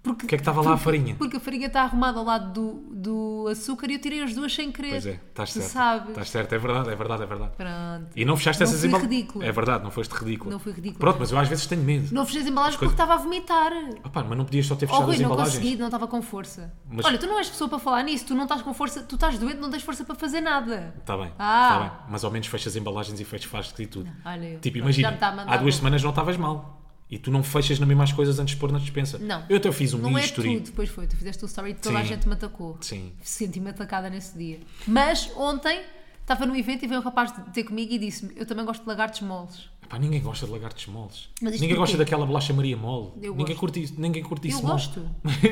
[SPEAKER 2] Porque,
[SPEAKER 1] Porquê é que estava lá a farinha?
[SPEAKER 2] porque a farinha está arrumada ao lado do, do açúcar e eu tirei as duas sem querer.
[SPEAKER 1] Pois é, estás
[SPEAKER 2] Tu
[SPEAKER 1] certo.
[SPEAKER 2] sabes.
[SPEAKER 1] Estás certo, é verdade, é verdade, é verdade.
[SPEAKER 2] Pronto.
[SPEAKER 1] E não fechaste
[SPEAKER 2] Não
[SPEAKER 1] essas
[SPEAKER 2] fui
[SPEAKER 1] embal-
[SPEAKER 2] ridícula.
[SPEAKER 1] É verdade, não foste ridícula.
[SPEAKER 2] Não fui ridícula.
[SPEAKER 1] Pronto, mas eu às vezes tenho medo.
[SPEAKER 2] Não fechei as embalagens
[SPEAKER 1] As coisas-
[SPEAKER 2] porque estava a vomitar.
[SPEAKER 1] Ah pá, mas não podias só ter
[SPEAKER 2] Oh,
[SPEAKER 1] fechado
[SPEAKER 2] Rui,
[SPEAKER 1] as
[SPEAKER 2] não
[SPEAKER 1] embalagens.
[SPEAKER 2] consegui, não estava com força.
[SPEAKER 1] Mas-
[SPEAKER 2] Olha, tu não és pessoa para falar nisso, tu não estás com força, tu estás doente, não tens força para fazer nada.
[SPEAKER 1] Está Tá bem,
[SPEAKER 2] Ah.
[SPEAKER 1] está bem. Mas ao menos fechas as embalagens e fechas frascos e tudo.
[SPEAKER 2] Olha, eu-
[SPEAKER 1] Tipo,
[SPEAKER 2] pronto, já me
[SPEAKER 1] imagina,
[SPEAKER 2] está a mandar
[SPEAKER 1] há duas
[SPEAKER 2] bom.
[SPEAKER 1] semanas não estavas mal. E tu não fechas na mesma as coisas antes de pôr na dispensa.
[SPEAKER 2] Não.
[SPEAKER 1] Eu até fiz um
[SPEAKER 2] Não
[SPEAKER 1] mini
[SPEAKER 2] é
[SPEAKER 1] history.
[SPEAKER 2] tudo, depois foi. Tu fizeste o story e toda a
[SPEAKER 1] Sim.
[SPEAKER 2] gente me atacou.
[SPEAKER 1] Sim.
[SPEAKER 2] Senti-me atacada nesse dia. Mas ontem estava num evento e veio um rapaz ter comigo e disse-me: Eu também gosto de lagartos moles.
[SPEAKER 1] Epá, ninguém gosta de lagartos moles.
[SPEAKER 2] Mas isto
[SPEAKER 1] Ninguém
[SPEAKER 2] porquê?
[SPEAKER 1] gosta daquela bolacha Maria mole.
[SPEAKER 2] Eu
[SPEAKER 1] ninguém
[SPEAKER 2] gosto.
[SPEAKER 1] curte isso. Ninguém curte
[SPEAKER 2] Eu
[SPEAKER 1] isso
[SPEAKER 2] gosto.
[SPEAKER 1] Mole.
[SPEAKER 2] O que é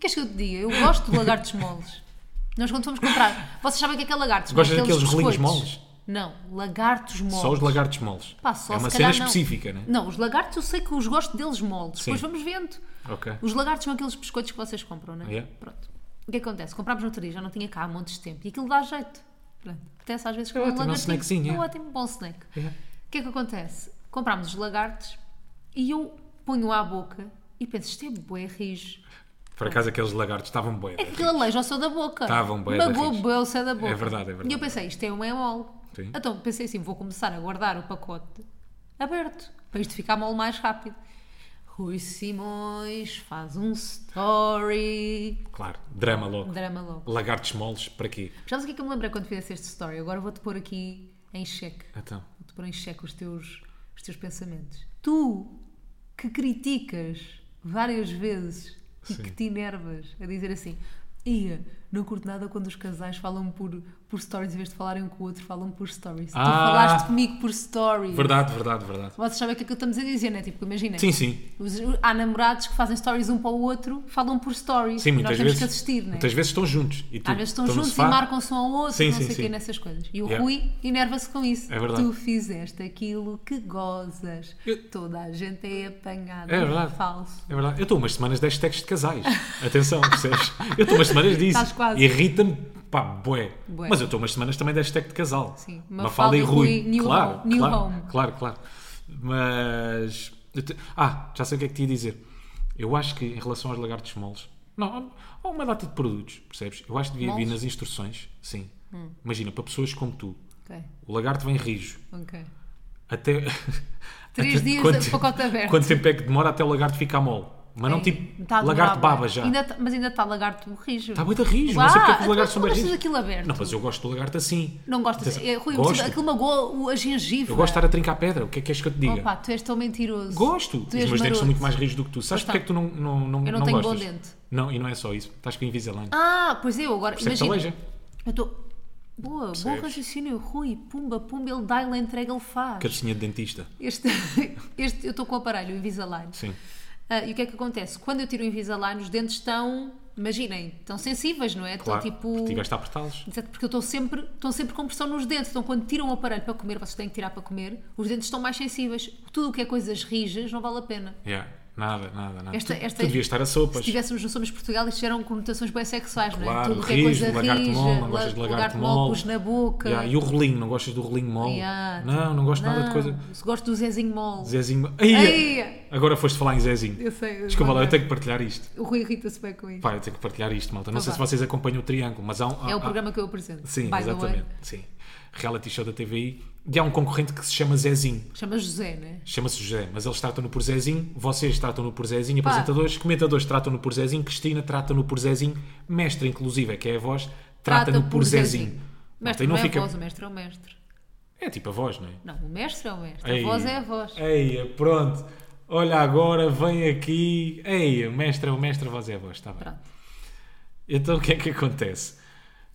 [SPEAKER 2] que és que eu te diga? Eu gosto de lagartos moles. Nós quando fomos comprar, vocês sabem o que é que é lagartos?
[SPEAKER 1] Gostas
[SPEAKER 2] Aqueles
[SPEAKER 1] daqueles rolinhos
[SPEAKER 2] biscoitos. Não, lagartos moles.
[SPEAKER 1] Só os lagartos moles.
[SPEAKER 2] Pá, só
[SPEAKER 1] é
[SPEAKER 2] se
[SPEAKER 1] uma cena
[SPEAKER 2] calhar não.
[SPEAKER 1] específica, né?
[SPEAKER 2] Não, os lagartos eu sei que os gosto deles moldes.
[SPEAKER 1] Sim.
[SPEAKER 2] Depois vamos vendo.
[SPEAKER 1] Ok.
[SPEAKER 2] Os lagartos são aqueles biscoitos que vocês compram, não é?
[SPEAKER 1] Yeah.
[SPEAKER 2] Pronto. O que é que acontece? Comprámos no outro dia, já não tinha cá há montes de tempo. E aquilo dá jeito. Pronto. Acontece às vezes com um
[SPEAKER 1] ótimo, é um
[SPEAKER 2] lagartinho.
[SPEAKER 1] snackzinho,
[SPEAKER 2] É
[SPEAKER 1] é.
[SPEAKER 2] um ótimo, bom snack.
[SPEAKER 1] Yeah.
[SPEAKER 2] O que é que acontece? Comprámos os lagartos e eu ponho à boca e penso, isto é bué rijo.
[SPEAKER 1] Por acaso aqueles lagartos estavam bem.
[SPEAKER 2] É que aquilo aleija o céu da boca.
[SPEAKER 1] Estavam Tá bué da
[SPEAKER 2] Magoou
[SPEAKER 1] rijo.
[SPEAKER 2] bué o céu da boca.
[SPEAKER 1] É verdade, é verdade.
[SPEAKER 2] E eu pensei, isto é um emol.
[SPEAKER 1] Sim.
[SPEAKER 2] Então pensei assim, vou começar a guardar o pacote aberto, para isto ficar mole mais rápido. Rui Simões faz um story.
[SPEAKER 1] Claro, drama logo.
[SPEAKER 2] Drama logo.
[SPEAKER 1] Lagartos moles, para quê?
[SPEAKER 2] Já não sei o que é que eu me lembrei quando fizesse este story. Agora vou-te pôr aqui em xeque.
[SPEAKER 1] Então,
[SPEAKER 2] Vou-te pôr em xeque os teus, os teus pensamentos. Tu, que criticas várias vezes e
[SPEAKER 1] Sim.
[SPEAKER 2] que te enervas a dizer assim... Ia, não curto nada quando os casais falam por, por stories em vez de falarem um com o outro, falam por stories. Tu
[SPEAKER 1] Ah!
[SPEAKER 2] falaste comigo por stories.
[SPEAKER 1] verdade, verdade, verdade.
[SPEAKER 2] Vocês sabem o que é que estamos a dizer, não é? Tipo, imagina.
[SPEAKER 1] Sim, sim.
[SPEAKER 2] Os- há namorados que fazem stories um para o outro, falam por stories.
[SPEAKER 1] Sim,
[SPEAKER 2] e
[SPEAKER 1] muitas
[SPEAKER 2] nós temos
[SPEAKER 1] vezes.
[SPEAKER 2] que assistir, não é?
[SPEAKER 1] Muitas vezes estão juntos. E tu,
[SPEAKER 2] Às vezes estão
[SPEAKER 1] no
[SPEAKER 2] juntos
[SPEAKER 1] sofá.
[SPEAKER 2] e marcam-se um ao outro,
[SPEAKER 1] Tipo, Sim,
[SPEAKER 2] não
[SPEAKER 1] sim,
[SPEAKER 2] sei o quê,
[SPEAKER 1] sim.
[SPEAKER 2] nessas coisas. E o
[SPEAKER 1] Yeah.
[SPEAKER 2] Rui enerva-se com isso.
[SPEAKER 1] É verdade.
[SPEAKER 2] Tu fizeste aquilo que gozas.
[SPEAKER 1] Eu-
[SPEAKER 2] Toda a gente é apanhada.
[SPEAKER 1] É verdade.
[SPEAKER 2] Falso.
[SPEAKER 1] É verdade. Eu estou umas semanas de hashtags de casais. Atenção, percebes? Eu estou umas semanas disso.
[SPEAKER 2] Estás quase.
[SPEAKER 1] Irrita-me, pá, bué.
[SPEAKER 2] Bué.
[SPEAKER 1] Mas eu estou umas semanas também de hashtag de casal.
[SPEAKER 2] Sim.
[SPEAKER 1] Mafalda e Rui.
[SPEAKER 2] New
[SPEAKER 1] claro,
[SPEAKER 2] home, new
[SPEAKER 1] claro,
[SPEAKER 2] home.
[SPEAKER 1] claro, claro. Mas. eu te- Ah, já sei o que é que te ia dizer. Eu acho que em relação aos lagartos moles. Não, há uma data de produtos, percebes? Eu acho que devia vir
[SPEAKER 2] Moles? Hum.
[SPEAKER 1] nas instruções. Sim. Imagina, para pessoas como tu,
[SPEAKER 2] Ok,
[SPEAKER 1] o lagarto vem rijo.
[SPEAKER 2] ok.
[SPEAKER 1] Até.
[SPEAKER 2] Três dias de pacote aberto.
[SPEAKER 1] Quanto tempo é que demora até o lagarto ficar mole? Mas não
[SPEAKER 2] É,
[SPEAKER 1] tipo
[SPEAKER 2] está a demorar,
[SPEAKER 1] lagarto baba
[SPEAKER 2] bué.
[SPEAKER 1] já.
[SPEAKER 2] Ainda tá- mas ainda está lagarto rijo.
[SPEAKER 1] Está muito rijo, não sei porque é que os lagartos são bem
[SPEAKER 2] rijos.
[SPEAKER 1] rijos.
[SPEAKER 2] daquilo aberto.
[SPEAKER 1] Não, mas eu gosto do lagarto assim.
[SPEAKER 2] Não gostas. É, Rui,
[SPEAKER 1] Gosto.
[SPEAKER 2] aquilo magoa o- a gengiva.
[SPEAKER 1] Eu gosto de estar a trincar pedra, o que é que és que eu te diga?
[SPEAKER 2] Opa, tu és tão mentiroso.
[SPEAKER 1] gosto! Os
[SPEAKER 2] Tu és
[SPEAKER 1] meus dentes são
[SPEAKER 2] maroto.
[SPEAKER 1] muito mais rijos do que tu. Sabes
[SPEAKER 2] Pois tá.
[SPEAKER 1] porque é que tu não, não, não,
[SPEAKER 2] Eu não tenho bom
[SPEAKER 1] gostas?
[SPEAKER 2] dente.
[SPEAKER 1] Não, e não é só isso. Estás com Invisalign.
[SPEAKER 2] Ah, pois eu agora.
[SPEAKER 1] Percebes a
[SPEAKER 2] Imagina.
[SPEAKER 1] leja?
[SPEAKER 2] Eu estou. Boa, bom
[SPEAKER 1] Percebes?
[SPEAKER 2] raciocínio, Rui. Pumba, pumba, ele dá, ele entrega, ele faz.
[SPEAKER 1] Cabecinha de dentista.
[SPEAKER 2] Este, este, eu estou com o aparelho, o Invisalign.
[SPEAKER 1] Sim.
[SPEAKER 2] Ah, e o que é que acontece? Quando eu tiro o Invisalign, os dentes estão, imaginem, estão sensíveis, não é?
[SPEAKER 1] Claro.
[SPEAKER 2] Estão
[SPEAKER 1] Tipo...
[SPEAKER 2] tipo.
[SPEAKER 1] Estiveste a apertá-los.
[SPEAKER 2] Exato, porque eu estou sempre, estão sempre com pressão nos dentes. Então, quando tiram o aparelho para comer, vocês têm que tirar para comer, os dentes estão mais sensíveis. Tudo o que é coisas rijas não vale a pena.
[SPEAKER 1] Yeah. Nada, nada, nada.
[SPEAKER 2] Esta-
[SPEAKER 1] tu,
[SPEAKER 2] esta-
[SPEAKER 1] tu devias estar a sopas.
[SPEAKER 2] Se tivéssemos no Somos Portugal, isto eram conotações bem sexuais, não é?
[SPEAKER 1] Claro,
[SPEAKER 2] Tudo o que
[SPEAKER 1] rijo,
[SPEAKER 2] é coisa
[SPEAKER 1] lagarto
[SPEAKER 2] rija,
[SPEAKER 1] mole, não gostas de
[SPEAKER 2] lagarto
[SPEAKER 1] lagarto
[SPEAKER 2] mole,
[SPEAKER 1] mole.
[SPEAKER 2] pus na boca.
[SPEAKER 1] Yeah, E o rolinho, não gostas do rolinho mole?
[SPEAKER 2] Yeah.
[SPEAKER 1] Não, não gosto nada de coisa.
[SPEAKER 2] Não, Se gosto do Zezinho mole.
[SPEAKER 1] Zezinho.
[SPEAKER 2] Ai!
[SPEAKER 1] Ai, agora foste falar em Zezinho.
[SPEAKER 2] Eu sei. eu-
[SPEAKER 1] Desculpa lá, eu tenho que partilhar isto.
[SPEAKER 2] O Rui irrita-se bem com isso.
[SPEAKER 1] Pá, eu tenho que partilhar isto, malta. Não
[SPEAKER 2] Então
[SPEAKER 1] sei
[SPEAKER 2] vá.
[SPEAKER 1] se vocês acompanham o Triângulo, mas há um.
[SPEAKER 2] é
[SPEAKER 1] há-
[SPEAKER 2] o
[SPEAKER 1] há-
[SPEAKER 2] programa que eu apresento.
[SPEAKER 1] Sim,
[SPEAKER 2] by the way.
[SPEAKER 1] exatamente. Sim. Reality show da TVI. E há um concorrente que se chama Zezinho.
[SPEAKER 2] Chama José, né?
[SPEAKER 1] Chama-se José, mas eles tratam-no por Zezinho, vocês tratam-no por Zezinho,
[SPEAKER 2] Pá.
[SPEAKER 1] apresentadores, comentadores tratam-no por Zezinho, Cristina trata-no por Zezinho, mestre, inclusive, que é a voz,
[SPEAKER 2] Trata-o
[SPEAKER 1] trata-no por, Zezinho.
[SPEAKER 2] O
[SPEAKER 1] Malta,
[SPEAKER 2] mestre
[SPEAKER 1] e
[SPEAKER 2] não,
[SPEAKER 1] não
[SPEAKER 2] é
[SPEAKER 1] fica-
[SPEAKER 2] a voz, o mestre é o mestre.
[SPEAKER 1] É tipo a voz, não é?
[SPEAKER 2] Não, o mestre é o mestre.
[SPEAKER 1] Ei,
[SPEAKER 2] A voz é a voz.
[SPEAKER 1] Ei, pronto. Olha agora, vem aqui. Ei, o mestre é o mestre, a voz é a voz, está bem.
[SPEAKER 2] Pronto.
[SPEAKER 1] Então o que é que acontece?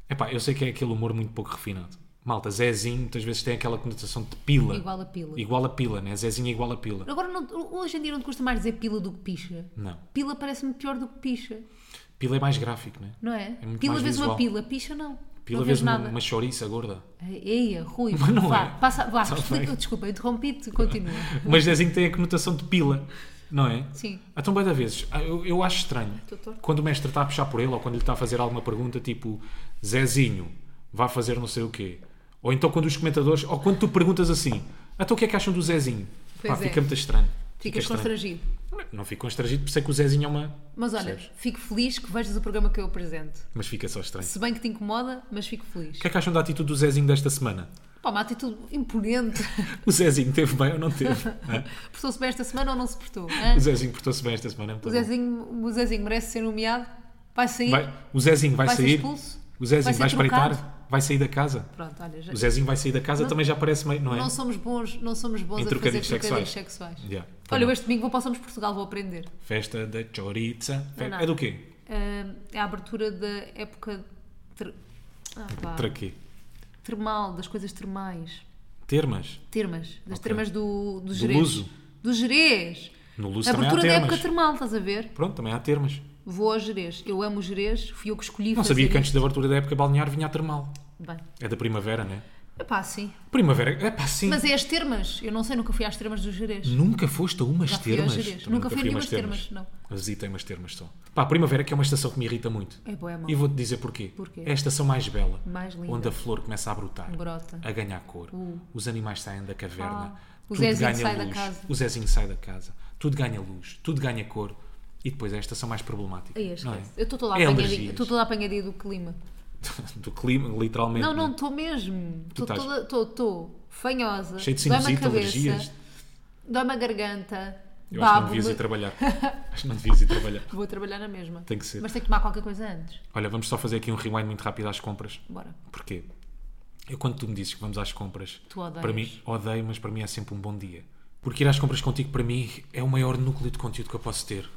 [SPEAKER 1] Epá, eu sei que é aquele humor muito pouco refinado. Malta, Zezinho muitas vezes tem aquela conotação de pila.
[SPEAKER 2] Igual a pila.
[SPEAKER 1] Igual a pila, né? Zezinho é igual a pila.
[SPEAKER 2] Agora, não- hoje em dia não te custa mais dizer pila do que picha.
[SPEAKER 1] Não.
[SPEAKER 2] Pila parece-me pior do que picha,
[SPEAKER 1] Pila é mais gráfico, né?
[SPEAKER 2] não é?
[SPEAKER 1] muito
[SPEAKER 2] pila
[SPEAKER 1] mais
[SPEAKER 2] vezes uma
[SPEAKER 1] visual.
[SPEAKER 2] pila, picha não.
[SPEAKER 1] Pila
[SPEAKER 2] não
[SPEAKER 1] vez
[SPEAKER 2] vejo
[SPEAKER 1] uma,
[SPEAKER 2] nada.
[SPEAKER 1] uma chouriça gorda.
[SPEAKER 2] Eia, Rui,
[SPEAKER 1] Mas não
[SPEAKER 2] vá,
[SPEAKER 1] é.
[SPEAKER 2] passa, vá,
[SPEAKER 1] Tá
[SPEAKER 2] explica-
[SPEAKER 1] bem.
[SPEAKER 2] desculpa, interrompi-te, continua.
[SPEAKER 1] Mas Zezinho tem a conotação de pila, não é?
[SPEAKER 2] Sim.
[SPEAKER 1] Então, bem da vezes, ah, eu, eu acho estranho
[SPEAKER 2] Tô torta.
[SPEAKER 1] quando o mestre está a puxar por ele ou quando lhe está a fazer alguma pergunta, tipo Zezinho, vá fazer não sei o quê. Ou então quando os comentadores, ou quando tu perguntas assim, então o que é que acham do Zezinho?
[SPEAKER 2] Pois
[SPEAKER 1] Pá,
[SPEAKER 2] é.
[SPEAKER 1] fica muito estranho.
[SPEAKER 2] Ficas
[SPEAKER 1] Fica estranho.
[SPEAKER 2] constrangido.
[SPEAKER 1] Não fico constrangido por ser que o Zezinho é uma.
[SPEAKER 2] Mas olha,
[SPEAKER 1] Percebes?
[SPEAKER 2] fico feliz que vejas o programa que eu apresento.
[SPEAKER 1] Mas fica só estranho.
[SPEAKER 2] Se bem que te incomoda, mas fico feliz.
[SPEAKER 1] O que é que acham da atitude do Zezinho desta semana?
[SPEAKER 2] Pá, uma atitude imponente.
[SPEAKER 1] O Zezinho teve bem ou não teve? Hã?
[SPEAKER 2] Portou-se bem esta semana ou não se portou? hã?
[SPEAKER 1] o Zezinho portou-se bem esta semana. é muito
[SPEAKER 2] O
[SPEAKER 1] bom.
[SPEAKER 2] Zezinho, o Zezinho merece ser nomeado? Vai sair?
[SPEAKER 1] Vai- o Zezinho vai,
[SPEAKER 2] Vai ser
[SPEAKER 1] sair.
[SPEAKER 2] expulso?
[SPEAKER 1] O Zezinho
[SPEAKER 2] Vai ser
[SPEAKER 1] vai, espreitar?
[SPEAKER 2] trocado?
[SPEAKER 1] Vai sair da casa?
[SPEAKER 2] Pronto, olha, já-
[SPEAKER 1] O Zezinho vai sair da casa também já parece meio, não é?
[SPEAKER 2] não somos bons, não somos bons
[SPEAKER 1] Em
[SPEAKER 2] a fazer
[SPEAKER 1] trocadilhos
[SPEAKER 2] trocadilhos sexuais.
[SPEAKER 1] Yeah, tá
[SPEAKER 2] Olha, eu
[SPEAKER 1] bom.
[SPEAKER 2] este domingo vou para o Somos Portugal, vou aprender.
[SPEAKER 1] Festa da Choriza. Fe-
[SPEAKER 2] não.
[SPEAKER 1] É do quê?
[SPEAKER 2] Ah, é a abertura da época ter- ah, pá,
[SPEAKER 1] Para quê?
[SPEAKER 2] termal, das coisas termais.
[SPEAKER 1] Termas.
[SPEAKER 2] Termas, das
[SPEAKER 1] Ok.
[SPEAKER 2] termas do, do Jerez.
[SPEAKER 1] Luso.
[SPEAKER 2] Do Jerez.
[SPEAKER 1] No Luso também há
[SPEAKER 2] Abertura da
[SPEAKER 1] termas.
[SPEAKER 2] época termal, estás a ver?
[SPEAKER 1] Pronto, também há termas.
[SPEAKER 2] Vou ao Jerez. Eu amo o Jerez, fui eu que escolhi
[SPEAKER 1] Não
[SPEAKER 2] fazer
[SPEAKER 1] sabia que antes
[SPEAKER 2] isto.
[SPEAKER 1] da abertura da época balnear vinha a termal.
[SPEAKER 2] Bem,
[SPEAKER 1] É da primavera, né?
[SPEAKER 2] epá, sim.
[SPEAKER 1] Primavera, é pá, sim.
[SPEAKER 2] Mas é as termas. Eu não sei, nunca fui às termas do Jerez.
[SPEAKER 1] Nunca foste a umas
[SPEAKER 2] Já fui
[SPEAKER 1] termas?
[SPEAKER 2] aos Jerez.
[SPEAKER 1] Também
[SPEAKER 2] Nunca fui a
[SPEAKER 1] fui
[SPEAKER 2] nenhumas termas,
[SPEAKER 1] Visitei umas termas só. Pá, primavera que é uma estação que me irrita muito.
[SPEAKER 2] É boa, é mau.
[SPEAKER 1] E vou-te dizer porquê.
[SPEAKER 2] Porquê?
[SPEAKER 1] É a estação mais bela.
[SPEAKER 2] Mais Um linda.
[SPEAKER 1] Onde a flor começa a brotar.
[SPEAKER 2] Brota.
[SPEAKER 1] A ganhar cor. Os animais saem da caverna.
[SPEAKER 2] Uh. Ah, o
[SPEAKER 1] tudo
[SPEAKER 2] Zezinho
[SPEAKER 1] ganha
[SPEAKER 2] sai da
[SPEAKER 1] luz.
[SPEAKER 2] casa.
[SPEAKER 1] O Zezinho sai da casa. Tudo ganha luz. Tudo ganha cor. E depois é a estação mais problemática.
[SPEAKER 2] Aí,
[SPEAKER 1] não é?
[SPEAKER 2] esquece. Eu estou toda
[SPEAKER 1] É
[SPEAKER 2] apanhadinha-
[SPEAKER 1] alergias.
[SPEAKER 2] estou toda apanhadinha do clima.
[SPEAKER 1] Do clima, literalmente.
[SPEAKER 2] Não, não,
[SPEAKER 1] né?
[SPEAKER 2] estou mesmo. Estou
[SPEAKER 1] estás-
[SPEAKER 2] toda. Estou fanhosa.
[SPEAKER 1] Cheio de
[SPEAKER 2] dói-me a
[SPEAKER 1] sinusite,
[SPEAKER 2] cabeça,
[SPEAKER 1] alergias.
[SPEAKER 2] Dói-me a garganta.
[SPEAKER 1] Eu acho que não
[SPEAKER 2] babo.
[SPEAKER 1] devias ir trabalhar. acho que não devias ir trabalhar.
[SPEAKER 2] Vou trabalhar na mesma.
[SPEAKER 1] Tem que ser.
[SPEAKER 2] Mas tenho que tomar qualquer coisa antes.
[SPEAKER 1] Olha, vamos só fazer aqui um rewind muito rápido às compras.
[SPEAKER 2] Bora.
[SPEAKER 1] Porquê? Eu quando tu me dizes que vamos às compras,
[SPEAKER 2] Tu odeias.
[SPEAKER 1] para mim odeio, mas para mim é sempre um bom dia. Porque ir às compras contigo para mim é o maior núcleo de conteúdo que eu posso ter.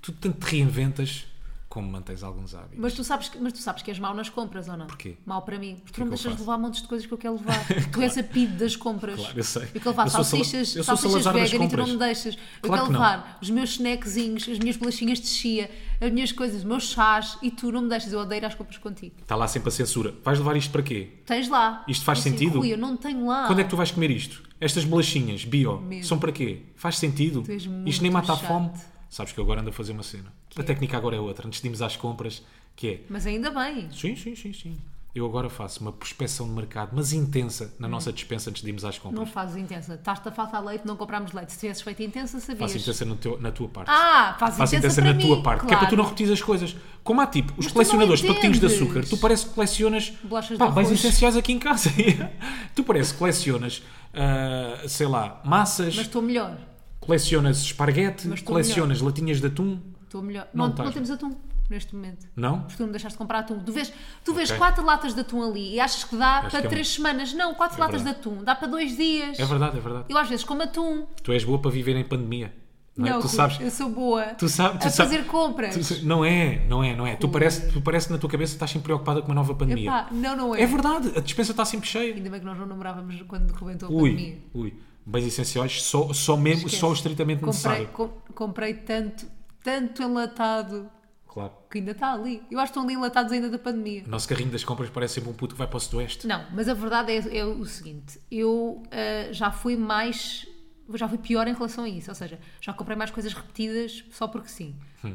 [SPEAKER 1] tu tanto te reinventas como mantens alguns hábitos.
[SPEAKER 2] Mas tu, sabes que, mas tu sabes que és mau nas compras ou não?
[SPEAKER 1] Porquê?
[SPEAKER 2] Mau para mim. Porque tu não me
[SPEAKER 1] que eu
[SPEAKER 2] deixas
[SPEAKER 1] faço?
[SPEAKER 2] levar montes de coisas que eu quero levar. Tu és a PID das compras.
[SPEAKER 1] Claro, eu sei.
[SPEAKER 2] Eu quero levar
[SPEAKER 1] Eu sou sala-
[SPEAKER 2] salsichas,
[SPEAKER 1] eu sou
[SPEAKER 2] salsichas
[SPEAKER 1] Salazar nas
[SPEAKER 2] vegan e tu não
[SPEAKER 1] compras.
[SPEAKER 2] me deixas. eu
[SPEAKER 1] Claro
[SPEAKER 2] quero
[SPEAKER 1] que não.
[SPEAKER 2] levar os meus snackzinhos, as minhas bolachinhas de chia, as minhas coisas, os meus chás e tu não me deixas. Eu odeio ir às compras contigo.
[SPEAKER 1] Está Tá lá sempre a censura. Vais levar isto para quê?
[SPEAKER 2] Tens lá.
[SPEAKER 1] Isto faz
[SPEAKER 2] Assim,
[SPEAKER 1] sentido?
[SPEAKER 2] Rui, eu não tenho lá.
[SPEAKER 1] Quando é que tu vais comer isto? Estas bolachinhas bio
[SPEAKER 2] Ah. Mesmo.
[SPEAKER 1] são para quê? Faz sentido?
[SPEAKER 2] és muito
[SPEAKER 1] Isto nem mata a
[SPEAKER 2] chato.
[SPEAKER 1] fome. Sabes que eu agora ando a fazer uma cena. a técnica agora é outra. Antes de irmos às compras, que é
[SPEAKER 2] Mas ainda bem.
[SPEAKER 1] Sim, sim, sim, sim. Eu agora faço uma prospeção de mercado, mas intensa,
[SPEAKER 2] Hum.
[SPEAKER 1] na nossa dispensa antes de irmos às
[SPEAKER 2] Não
[SPEAKER 1] compras.
[SPEAKER 2] fazes intensa. Estás-te a faltar leite, não comprámos leite. Se tivesses feito intensa, sabias.
[SPEAKER 1] Faço intensa no teu- na tua parte.
[SPEAKER 2] Ah, faz
[SPEAKER 1] Faço
[SPEAKER 2] intensa,
[SPEAKER 1] intensa
[SPEAKER 2] para
[SPEAKER 1] na
[SPEAKER 2] mim,
[SPEAKER 1] tua parte, que é para tu não
[SPEAKER 2] claro.
[SPEAKER 1] repetir as coisas. Como há tipo, os
[SPEAKER 2] Mas tu
[SPEAKER 1] colecionadores de
[SPEAKER 2] não
[SPEAKER 1] pacotinhos de
[SPEAKER 2] entendes.
[SPEAKER 1] açúcar, tu parece que colecionas
[SPEAKER 2] Bolachas
[SPEAKER 1] pá,
[SPEAKER 2] de
[SPEAKER 1] bens
[SPEAKER 2] arroz.
[SPEAKER 1] essenciais aqui em casa. tu parece que colecionas, ah, sei lá, massas,
[SPEAKER 2] Mas estou melhor.
[SPEAKER 1] colecionas esparguete,
[SPEAKER 2] Mas tu é
[SPEAKER 1] colecionas latinhas de atum.
[SPEAKER 2] Estou melhor.
[SPEAKER 1] Não
[SPEAKER 2] Não, não,
[SPEAKER 1] estás.
[SPEAKER 2] temos atum neste momento.
[SPEAKER 1] Não?
[SPEAKER 2] Porque tu me deixaste comprar atum. Tu vês, tu vês
[SPEAKER 1] Ok.
[SPEAKER 2] quatro latas de atum ali e achas que dá
[SPEAKER 1] que
[SPEAKER 2] para
[SPEAKER 1] é
[SPEAKER 2] três semanas. Não, quatro latas
[SPEAKER 1] verdade.
[SPEAKER 2] de atum. Dá para dois dias.
[SPEAKER 1] É verdade, é verdade.
[SPEAKER 2] Eu às vezes como atum.
[SPEAKER 1] Tu és boa para viver em pandemia. Não, é? tu
[SPEAKER 2] Rui,
[SPEAKER 1] sabes,
[SPEAKER 2] eu sou boa
[SPEAKER 1] Tu sabes, tu
[SPEAKER 2] a
[SPEAKER 1] sabes-
[SPEAKER 2] fazer compras. Hum.
[SPEAKER 1] Tu- não é, não é, não é. Tu parece, tu parece que na tua cabeça estás sempre preocupada com uma nova pandemia.
[SPEAKER 2] Epá, não, não é.
[SPEAKER 1] é verdade, a despensa está sempre cheia.
[SPEAKER 2] Ainda bem que nós não namorávamos quando rebentou a pandemia.
[SPEAKER 1] Ui, ui. Bens essenciais, só, só, mesmo,
[SPEAKER 2] Esquece.
[SPEAKER 1] só o estritamente
[SPEAKER 2] Comprei,
[SPEAKER 1] necessário.
[SPEAKER 2] com- comprei tanto, tanto enlatado
[SPEAKER 1] Claro.
[SPEAKER 2] que ainda está ali. Eu acho que estão ali enlatados ainda da pandemia.
[SPEAKER 1] O nosso carrinho das compras parece sempre um puto que vai para o Sudoeste.
[SPEAKER 2] Não, mas a verdade é, é o seguinte: eu ah, já fui mais. Já fui pior em relação a isso, ou seja, já comprei mais coisas repetidas só porque sim.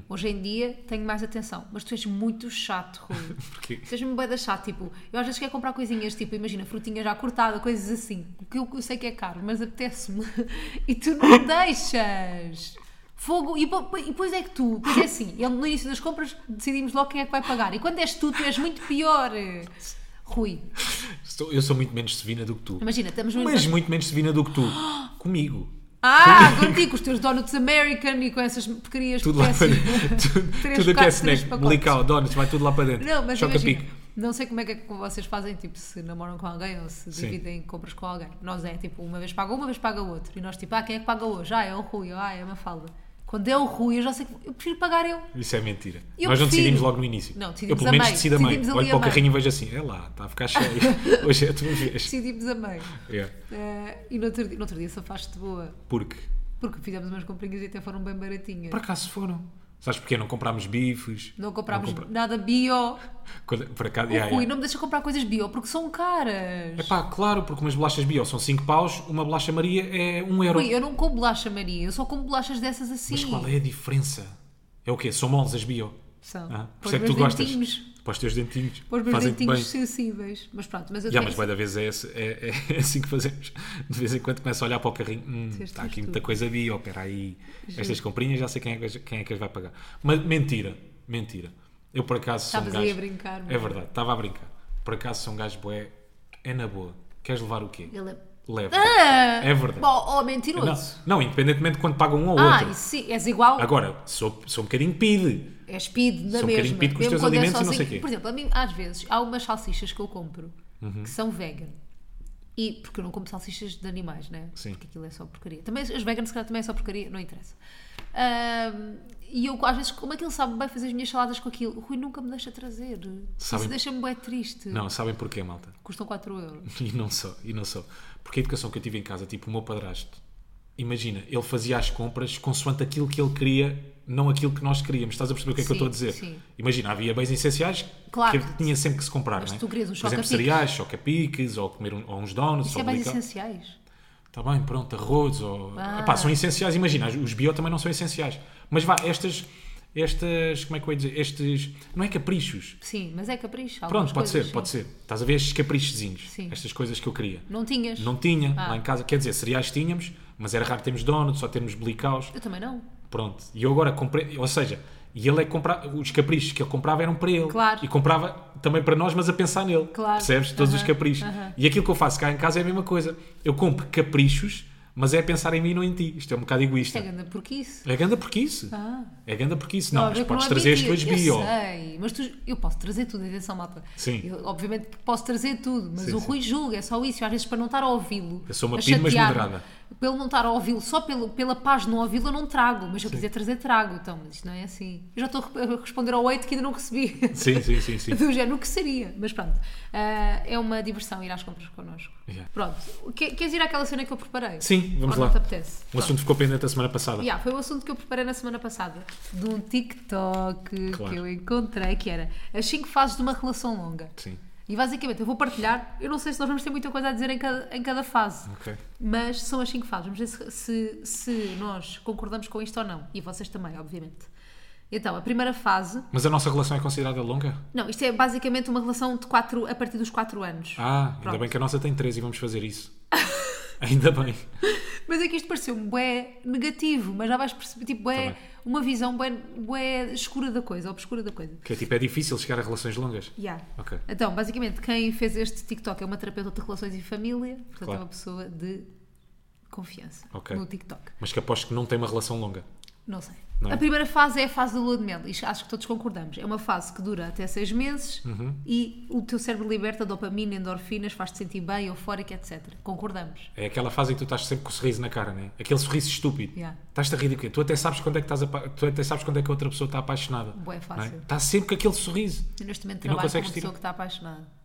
[SPEAKER 2] Hoje em dia tenho mais atenção, mas tu és muito chato, Rui.
[SPEAKER 1] Porquê?
[SPEAKER 2] Tu és-me bem chato, tipo, eu às vezes quero comprar coisinhas, tipo, imagina, frutinha já cortada, coisas assim, que eu, eu sei que é caro, mas apetece-me, e tu não deixas. Fogo, e po- e depois é que tu, depois é assim, ele, no início das compras decidimos logo quem é que vai pagar, e quando és tu, tu és muito pior. Rui,
[SPEAKER 1] Sou- Eu sou muito menos sevina do que tu.
[SPEAKER 2] Imagina, estamos no.
[SPEAKER 1] Mas muito menos sevina do que tu. Comigo.
[SPEAKER 2] Ah, contigo, os teus Donuts American e com essas porcarias
[SPEAKER 1] Tudo lá para
[SPEAKER 2] peças.
[SPEAKER 1] tudo,
[SPEAKER 2] Três,
[SPEAKER 1] tudo o que é
[SPEAKER 2] quatro, três
[SPEAKER 1] snack,
[SPEAKER 2] pacotes.
[SPEAKER 1] blicau, donuts, vai tudo lá para dentro.
[SPEAKER 2] Não, mas
[SPEAKER 1] Choca
[SPEAKER 2] imagina,
[SPEAKER 1] pico.
[SPEAKER 2] não sei como é que é que vocês fazem, tipo, se namoram com alguém ou se
[SPEAKER 1] Sim.
[SPEAKER 2] dividem compras com alguém. Nós é, tipo, uma vez paga um, uma vez paga o outro. E nós, tipo, ah, quem é que paga hoje? Ah, é o Rui, ah, é a Mafalda. Quando é o Rui, eu já sei que eu prefiro pagar eu.
[SPEAKER 1] Isso é mentira.
[SPEAKER 2] Eu
[SPEAKER 1] Nós não decidimos
[SPEAKER 2] prefiro.
[SPEAKER 1] logo no início.
[SPEAKER 2] Não,
[SPEAKER 1] eu
[SPEAKER 2] decidimos
[SPEAKER 1] pelo
[SPEAKER 2] a
[SPEAKER 1] menos
[SPEAKER 2] meio.
[SPEAKER 1] decido a meio.
[SPEAKER 2] Decidimos ali
[SPEAKER 1] Olho
[SPEAKER 2] a
[SPEAKER 1] para o
[SPEAKER 2] meio.
[SPEAKER 1] carrinho e vejo assim, é lá, está a ficar cheio. Hoje é a tua vez.
[SPEAKER 2] Decidimos a meio.
[SPEAKER 1] É.
[SPEAKER 2] tipo, Eh, e no outro dia, no outro dia safaste de boa.
[SPEAKER 1] Porque,
[SPEAKER 2] Porque fizemos umas comprinhas e até foram bem baratinhas.
[SPEAKER 1] por acaso foram. Sabes porquê? Não comprámos bifes.
[SPEAKER 2] Não comprámos
[SPEAKER 1] compra-
[SPEAKER 2] nada bio.
[SPEAKER 1] Quando- Por acaso,
[SPEAKER 2] O
[SPEAKER 1] yeah,
[SPEAKER 2] Rui
[SPEAKER 1] yeah.
[SPEAKER 2] não me deixa comprar coisas bio porque são caras.
[SPEAKER 1] Epá, claro, porque umas bolachas bio são 5 paus, uma bolacha Maria é 1 um euro.
[SPEAKER 2] Rui, eu não como bolacha Maria, eu só como bolachas dessas assim.
[SPEAKER 1] Mas qual é a diferença? É o quê? São moles as bio.
[SPEAKER 2] São.
[SPEAKER 1] Ah,
[SPEAKER 2] Para
[SPEAKER 1] por
[SPEAKER 2] os
[SPEAKER 1] isso é que tu
[SPEAKER 2] meus
[SPEAKER 1] gostas.
[SPEAKER 2] dentinhos.
[SPEAKER 1] Para os teus dentinhos.
[SPEAKER 2] Para os meus
[SPEAKER 1] Fazem-te
[SPEAKER 2] dentinhos
[SPEAKER 1] bem.
[SPEAKER 2] sensíveis. Mas pronto, mas eu
[SPEAKER 1] Já,
[SPEAKER 2] tenho
[SPEAKER 1] mas vai da vez é, esse- é, é- é assim que fazemos. De vez em quando começa a olhar para o carrinho. Hum,
[SPEAKER 2] Fizeste
[SPEAKER 1] está aqui
[SPEAKER 2] tudo.
[SPEAKER 1] muita coisa bio, espera aí. Estas comprinhas já sei quem é, que- quem é que as vai pagar. Mas mentira, mentira. Eu por acaso sou um
[SPEAKER 2] Estavas
[SPEAKER 1] gajo...
[SPEAKER 2] ali a brincar,
[SPEAKER 1] É
[SPEAKER 2] mas-
[SPEAKER 1] verdade, estava a brincar. Por acaso sou um gajo boé, é na boa. Queres levar o quê?
[SPEAKER 2] Ele é...
[SPEAKER 1] Leva.
[SPEAKER 2] Ah!
[SPEAKER 1] É verdade.
[SPEAKER 2] Bom, oh,
[SPEAKER 1] Não,
[SPEAKER 2] mentiroso.
[SPEAKER 1] não, independentemente de quando pagam um ou
[SPEAKER 2] ah,
[SPEAKER 1] outro.
[SPEAKER 2] isso sim, és igual.
[SPEAKER 1] Agora, sou, sou um bocadinho pide.
[SPEAKER 2] É speed na
[SPEAKER 1] Sou um
[SPEAKER 2] mesma.
[SPEAKER 1] bocadinho pito com os
[SPEAKER 2] mesmo
[SPEAKER 1] teus
[SPEAKER 2] quando é
[SPEAKER 1] alimentos e não sei
[SPEAKER 2] sozinho.
[SPEAKER 1] quê.
[SPEAKER 2] Por exemplo, a mim, às vezes, há umas salsichas que eu compro
[SPEAKER 1] Uhum.
[SPEAKER 2] que são vegan. E, porque eu não como salsichas de animais, né?
[SPEAKER 1] Sim.
[SPEAKER 2] Porque aquilo é só porcaria. Também, as veganas, se calhar, também é só porcaria, não interessa. Ahm, e eu, às vezes, como aquilo sabe bem fazer as minhas saladas com aquilo, o Rui nunca me deixa trazer.
[SPEAKER 1] Sabem-
[SPEAKER 2] Isso deixa-me bem triste.
[SPEAKER 1] Não, sabem porquê, malta?
[SPEAKER 2] Custam 4 euros.
[SPEAKER 1] E não só, e não só. Porque a educação que eu tive em casa, tipo, o meu padrasto, imagina, ele fazia as compras consoante aquilo que ele queria, não aquilo que nós queríamos. Estás a perceber o que é que eu
[SPEAKER 2] Sim,
[SPEAKER 1] estou a dizer?
[SPEAKER 2] sim.
[SPEAKER 1] Imagina, havia bens essenciais
[SPEAKER 2] Claro.
[SPEAKER 1] que tinha sempre que se comprar,
[SPEAKER 2] Mas
[SPEAKER 1] não é?
[SPEAKER 2] tu querias um uns
[SPEAKER 1] Por exemplo,
[SPEAKER 2] choca-piques.
[SPEAKER 1] cereais, choca-piques, ou comer um- ou uns donuts,
[SPEAKER 2] Isso
[SPEAKER 1] ou
[SPEAKER 2] é mais
[SPEAKER 1] blicau-
[SPEAKER 2] essenciais.
[SPEAKER 1] Tá bem, pronto, arroz ou...
[SPEAKER 2] Ah.
[SPEAKER 1] Epá, são essenciais, imagina, os bio também não são essenciais. Mas vá, estas, estas, como é que eu ia dizer, estes, não é caprichos.
[SPEAKER 2] Sim, mas é capricho. algumas
[SPEAKER 1] Pronto, pode ser,
[SPEAKER 2] coisas, sim.
[SPEAKER 1] pode ser. Estás a ver estes caprichozinhos,
[SPEAKER 2] Sim.
[SPEAKER 1] estas coisas que eu queria.
[SPEAKER 2] Não tinhas?
[SPEAKER 1] Não tinha,
[SPEAKER 2] Ah.
[SPEAKER 1] lá em casa, quer dizer, cereais tínhamos, mas era raro termos donuts, só termos blicaus,
[SPEAKER 2] Eu também não.
[SPEAKER 1] pronto. E eu agora comprei, ou seja, e ele é que comprava, os caprichos que ele comprava eram para ele.
[SPEAKER 2] Claro.
[SPEAKER 1] E comprava também para nós, mas a pensar nele.
[SPEAKER 2] Claro.
[SPEAKER 1] Percebes? Todos os
[SPEAKER 2] Aham,
[SPEAKER 1] caprichos.
[SPEAKER 2] aham.
[SPEAKER 1] E aquilo que eu faço cá em casa é a mesma coisa. Eu compro caprichos, mas é a pensar em mim e não em ti. Isto é um bocado egoísta.
[SPEAKER 2] Isto é grande porquice.
[SPEAKER 1] É ganda porque isso.
[SPEAKER 2] Ah.
[SPEAKER 1] É ganda porque isso. Não,
[SPEAKER 2] Óbvio
[SPEAKER 1] mas
[SPEAKER 2] que
[SPEAKER 1] podes
[SPEAKER 2] é
[SPEAKER 1] trazer as
[SPEAKER 2] mentira.
[SPEAKER 1] tuas bio.
[SPEAKER 2] Eu sei, mas tu- eu posso trazer tudo, atenção, malta.
[SPEAKER 1] Sim.
[SPEAKER 2] Eu, obviamente que posso trazer tudo, mas
[SPEAKER 1] Sim,
[SPEAKER 2] o
[SPEAKER 1] sim.
[SPEAKER 2] Rui julga, é só isso. Eu, às vezes, para não estar a ouvi-lo,
[SPEAKER 1] Eu sou uma
[SPEAKER 2] a
[SPEAKER 1] pide, mas
[SPEAKER 2] chatear-me,
[SPEAKER 1] moderada.
[SPEAKER 2] Pelo não estar a ouvi-lo, só pelo, pela paz de não ouvi-lo, eu não trago. Mas se eu quiser trazer, trago. Então, mas isto não é assim. Eu já estou a responder ao 8 que ainda não recebi.
[SPEAKER 1] Sim, sim, sim, sim.
[SPEAKER 2] Do género que seria, mas pronto. Ah, é uma diversão ir às compras connosco.
[SPEAKER 1] Yeah.
[SPEAKER 2] Pronto. Que- Queres ir àquela cena que eu preparei?
[SPEAKER 1] Sim, vamos
[SPEAKER 2] Ou
[SPEAKER 1] lá.
[SPEAKER 2] Não te apetece?
[SPEAKER 1] O assunto ficou pendente a semana passada.
[SPEAKER 2] então, Yeah, foi um assunto que eu preparei na semana passada, de um TikTok
[SPEAKER 1] Claro.
[SPEAKER 2] que eu encontrei, que era as 5 fases de uma relação longa.
[SPEAKER 1] Sim.
[SPEAKER 2] E basicamente eu vou partilhar, eu não sei se nós vamos ter muita coisa a dizer em cada, em cada fase,
[SPEAKER 1] Ok.
[SPEAKER 2] mas são as 5 fases. Vamos ver se, se, se nós concordamos com isto ou não. E vocês também, obviamente. Então, a primeira fase.
[SPEAKER 1] Mas a nossa relação é considerada longa?
[SPEAKER 2] Não, isto é basicamente uma relação de quatro, a partir dos 4 anos.
[SPEAKER 1] Ah, ainda
[SPEAKER 2] Pronto.
[SPEAKER 1] bem que a nossa tem 13 e vamos fazer isso. ainda bem.
[SPEAKER 2] Mas é que isto pareceu um bué negativo, mas já vais perceber, tipo, bué,
[SPEAKER 1] Tá bem.
[SPEAKER 2] uma visão bué, bué escura da coisa, obscura da coisa.
[SPEAKER 1] Que é tipo, é difícil chegar a relações longas.
[SPEAKER 2] Yeah.
[SPEAKER 1] Ok.
[SPEAKER 2] Então, basicamente, quem fez este TikTok é uma terapeuta de relações e família, portanto
[SPEAKER 1] Claro.
[SPEAKER 2] é uma pessoa de confiança
[SPEAKER 1] Ok.
[SPEAKER 2] no TikTok.
[SPEAKER 1] Mas que aposto que não tem uma relação longa.
[SPEAKER 2] Não sei.
[SPEAKER 1] Não.
[SPEAKER 2] A primeira fase é a fase da lua de mel, e acho que todos concordamos. É uma fase que dura até seis meses
[SPEAKER 1] Uhum.
[SPEAKER 2] e o teu cérebro liberta dopamina, endorfinas, faz-te sentir bem, eufórica, etc. Concordamos.
[SPEAKER 1] É aquela fase em que tu estás sempre com o sorriso na cara, né? Aquele sorriso estúpido.
[SPEAKER 2] Yeah.
[SPEAKER 1] Estás-te a rir de quê? Tu até sabes quando é que estás apa- tu até sabes quando é que a outra pessoa está apaixonada.
[SPEAKER 2] Bué fácil.
[SPEAKER 1] não é? Está sempre com aquele sorriso.
[SPEAKER 2] Eu neste momento
[SPEAKER 1] E não
[SPEAKER 2] trabalho com uma
[SPEAKER 1] consegues
[SPEAKER 2] pessoa
[SPEAKER 1] tirar.
[SPEAKER 2] que está apaixonada.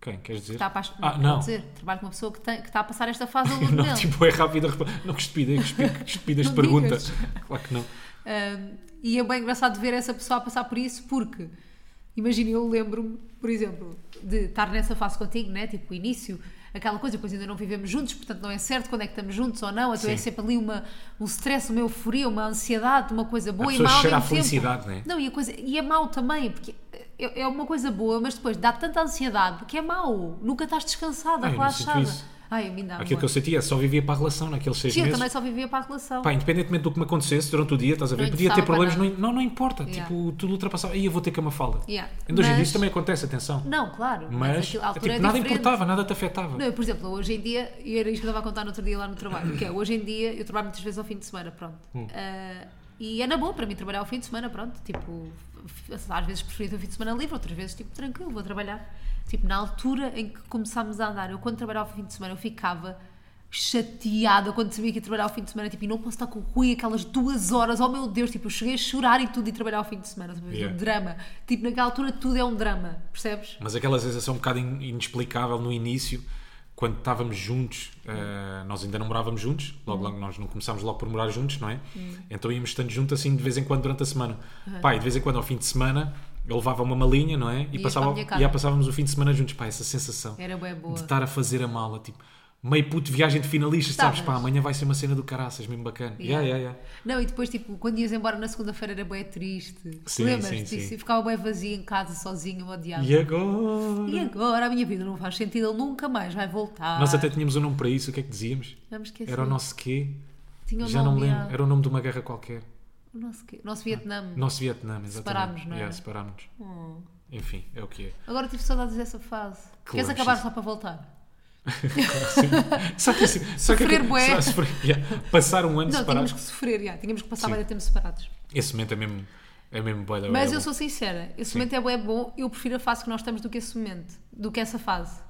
[SPEAKER 1] Quem? Queres dizer?
[SPEAKER 2] Está apaixonada.
[SPEAKER 1] Ah, não.
[SPEAKER 2] Quer dizer, trabalho com uma pessoa que, tem- que está a passar esta fase da lua de
[SPEAKER 1] Não,
[SPEAKER 2] mel.
[SPEAKER 1] tipo, é rápido a resposta. Não, que estupidez, que estupi- que estupidez de
[SPEAKER 2] Não
[SPEAKER 1] pergunta.
[SPEAKER 2] digas.
[SPEAKER 1] Claro que não.
[SPEAKER 2] Um, e é bem engraçado ver essa pessoa a passar por isso, porque imagina, eu lembro-me, por exemplo, de estar nessa fase contigo, né? tipo o início, aquela coisa, depois ainda não vivemos juntos, portanto não é certo quando é que estamos juntos ou não, então
[SPEAKER 1] Sim.
[SPEAKER 2] é sempre ali uma, um stress, uma euforia, uma ansiedade, uma coisa boa e
[SPEAKER 1] pessoa
[SPEAKER 2] mal.
[SPEAKER 1] cheira à felicidade, né?
[SPEAKER 2] Não, e, a coisa, e é mau também, porque é, é uma coisa boa, mas depois dá tanta ansiedade que é mau, nunca estás descansada,
[SPEAKER 1] Ai, eu não
[SPEAKER 2] relaxada.
[SPEAKER 1] sinto isso.
[SPEAKER 2] Ai, a mim dá
[SPEAKER 1] Aquilo que eu
[SPEAKER 2] muito.
[SPEAKER 1] sentia, é só vivia para a relação naqueles seis
[SPEAKER 2] Sim, eu
[SPEAKER 1] meses.
[SPEAKER 2] também só vivia para a relação.
[SPEAKER 1] Pá, independentemente do que me acontecesse durante o dia, estás a ver?
[SPEAKER 2] Não
[SPEAKER 1] podia ter
[SPEAKER 2] interessava para
[SPEAKER 1] problemas, não, não, não importa.
[SPEAKER 2] Yeah.
[SPEAKER 1] Tipo, tudo ultrapassava. Aí eu vou ter que uma fala.
[SPEAKER 2] Yeah.
[SPEAKER 1] Ainda hoje em dia
[SPEAKER 2] Mas-
[SPEAKER 1] isso também acontece, atenção.
[SPEAKER 2] Não, claro.
[SPEAKER 1] Mas,
[SPEAKER 2] aquilo- a altura
[SPEAKER 1] tipo,
[SPEAKER 2] é
[SPEAKER 1] nada
[SPEAKER 2] diferente.
[SPEAKER 1] importava, nada te afetava.
[SPEAKER 2] Não, é? eu, por exemplo, hoje em dia, e era isto que eu estava a contar no outro dia lá no trabalho, que é hoje em dia, eu trabalho muitas vezes ao fim de semana, pronto.
[SPEAKER 1] Hum.
[SPEAKER 2] Ah, e é na boa para mim trabalhar ao fim de semana, pronto. Tipo, f- às vezes preferia ter o fim de semana livre, outras vezes, tipo, tranquilo, vou trabalhar. Tipo, na altura em que começámos a andar, eu quando trabalhava ao fim de semana, eu ficava chateada quando sabia que ia trabalhar ao fim de semana, tipo, e não posso estar com o Rui aquelas duas horas, oh meu Deus, tipo, eu cheguei a chorar e tudo e trabalhar ao fim de semana, tipo,
[SPEAKER 1] Yeah.
[SPEAKER 2] um drama. Tipo, naquela altura tudo é um drama, percebes?
[SPEAKER 1] Mas aquela sensação um bocado in- inexplicável no início, quando estávamos juntos, eh, nós ainda não morávamos juntos, logo,
[SPEAKER 2] Uhum.
[SPEAKER 1] logo nós não começámos logo por morar juntos, não é? Então íamos estando juntos assim de vez em quando durante a semana. Pá, e de vez em quando ao fim de semana eu levava uma malinha, não é? E,
[SPEAKER 2] Uhum. Ias para a
[SPEAKER 1] passava,
[SPEAKER 2] minha
[SPEAKER 1] e
[SPEAKER 2] casa. É.
[SPEAKER 1] já passávamos o fim de semana juntos. Pá, essa sensação
[SPEAKER 2] Era bué boa.
[SPEAKER 1] de estar a fazer a mala, tipo, meio puto viagem de finalistas,
[SPEAKER 2] Estavas.
[SPEAKER 1] sabes? Pá, amanhã vai ser uma cena do caraças, mesmo bacana.
[SPEAKER 2] Yeah.
[SPEAKER 1] Yeah, yeah, yeah.
[SPEAKER 2] Não, e depois, tipo, quando ias embora na segunda-feira era bué triste.
[SPEAKER 1] Sim,
[SPEAKER 2] Lembras-te
[SPEAKER 1] sim, sim.
[SPEAKER 2] disso? Eu ficava bué vazia em casa, sozinha, eu odiava.
[SPEAKER 1] E agora?
[SPEAKER 2] E agora a minha vida não faz sentido, ele nunca mais vai voltar.
[SPEAKER 1] Nós até tínhamos um nome para isso, o que é que dizíamos?
[SPEAKER 2] Vamos esquecer.
[SPEAKER 1] Era o nosso quê?
[SPEAKER 2] Tinha um
[SPEAKER 1] Já não me
[SPEAKER 2] nome,
[SPEAKER 1] lembro.
[SPEAKER 2] ah,
[SPEAKER 1] Era o nome de uma guerra qualquer.
[SPEAKER 2] O nosso, quê? O nosso Vietnã.
[SPEAKER 1] Nosso Vietnã, exatamente.
[SPEAKER 2] Separámos, não é?
[SPEAKER 1] Yeah, separámos.
[SPEAKER 2] Oh.
[SPEAKER 1] Enfim, é o que é.
[SPEAKER 2] Agora tive saudades dessa fase. Queres
[SPEAKER 1] Claro,
[SPEAKER 2] acabar
[SPEAKER 1] sim.
[SPEAKER 2] só para voltar?
[SPEAKER 1] Só que assim, só que-
[SPEAKER 2] Sofrer bué.
[SPEAKER 1] só sofrer- yeah. Passar um ano
[SPEAKER 2] Não,
[SPEAKER 1] separado.
[SPEAKER 2] tínhamos que sofrer, já. Tínhamos que passar
[SPEAKER 1] Sim.
[SPEAKER 2] mais tempo separados.
[SPEAKER 1] Esse momento é mesmo, é mesmo bué da
[SPEAKER 2] Mas
[SPEAKER 1] bué
[SPEAKER 2] eu
[SPEAKER 1] bom.
[SPEAKER 2] sou sincera, esse momento é bué bom, eu prefiro a fase que nós estamos do que esse momento, do que essa fase.